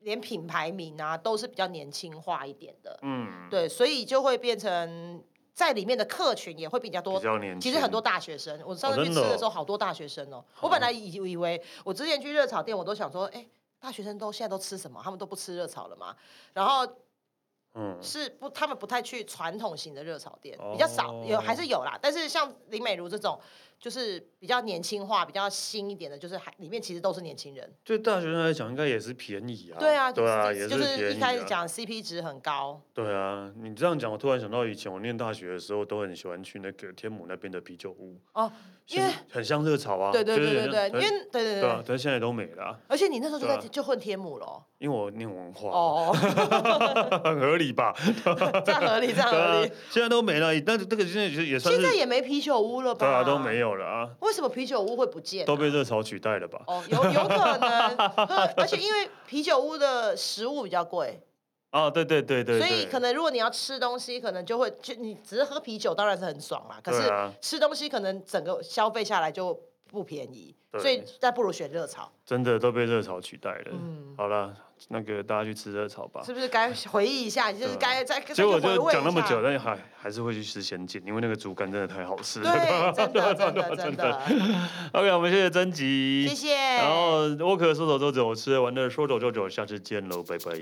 Speaker 2: 连品牌名啊，都是比较年轻化一点的，
Speaker 1: 嗯，
Speaker 2: 对，所以就会变成在里面的客群也会比较多
Speaker 1: 比较年轻，
Speaker 2: 其实很多大学生，我上次
Speaker 1: 哦
Speaker 2: 去
Speaker 1: 真
Speaker 2: 吃
Speaker 1: 的哦
Speaker 2: 的时候，好多大学生哦、我本来以以为我之前去热炒店，我都想说，哎、大学生都现在都吃什么？他们都不吃热炒了嘛？然后
Speaker 1: 嗯，
Speaker 2: 是不，他们不太去传统型的热炒店，
Speaker 1: 哦
Speaker 2: 比较少，有还是有啦。但是像林美如这种，就是比较年轻化、比较新一点的，就是还里面其实都是年轻人。
Speaker 1: 对大学生来讲应该也是便宜啊，
Speaker 2: 对啊，
Speaker 1: 对啊，也
Speaker 2: 就是是
Speaker 1: 便
Speaker 2: 一
Speaker 1: 宜
Speaker 2: 开始
Speaker 1: 啊，
Speaker 2: 讲 CP 值很高，
Speaker 1: 对啊，你这样讲，我突然想到以前我念大学的时候，都很喜欢去那个天母那边的啤酒屋，
Speaker 2: 哦，因为
Speaker 1: 现很像热潮啊，
Speaker 2: 对对
Speaker 1: 就
Speaker 2: 对
Speaker 1: 是
Speaker 2: 对对，因
Speaker 1: 很
Speaker 2: 为对对
Speaker 1: 对啊
Speaker 2: 对，，
Speaker 1: 但是现在都没了啊，
Speaker 2: 而且你那时候就在
Speaker 1: 对啊
Speaker 2: 就混天母了哦
Speaker 1: 因为我念文化，
Speaker 2: 哦，
Speaker 1: 很合理吧？
Speaker 2: 哦这样合理，这样
Speaker 1: 对
Speaker 2: 合
Speaker 1: 啊
Speaker 2: 理。，
Speaker 1: 现在都没了，但是这个现在也也算
Speaker 2: 现
Speaker 1: 是
Speaker 2: 在也没啤酒屋了吧？
Speaker 1: 对啊，都没。有了啊，
Speaker 2: 为什么啤酒屋会不见、
Speaker 1: 都被。热潮取代了吧？
Speaker 2: 哦，有有可能，呵而且因为啤酒屋的食物比较贵，
Speaker 1: 啊，对对对对，
Speaker 2: 所以
Speaker 1: 对
Speaker 2: 可能如果你要吃东西，可能就会就你只是喝啤酒当然是很爽啦，可
Speaker 1: 对啊
Speaker 2: 是吃东西可能整个消费下来就不便宜，
Speaker 1: 对
Speaker 2: 所以那不如选热炒，
Speaker 1: 真的都被热潮取代了。
Speaker 2: 嗯
Speaker 1: 好了，那个大家去吃热炒吧。
Speaker 2: 是不是该回忆一下？你就是
Speaker 1: 对啊
Speaker 2: 该再再
Speaker 1: 结
Speaker 2: 去
Speaker 1: 果
Speaker 2: 回味
Speaker 1: 就
Speaker 2: 一下
Speaker 1: 讲那么久，，但还还是会去吃仙境，因为那个竹竿真的太好吃了。
Speaker 2: 对，真的真的真的，
Speaker 1: OK，我们谢谢曾吉，
Speaker 2: 谢谢。
Speaker 1: 然后沃克说走就走，吃完玩乐说走就走，下次见喽，拜拜。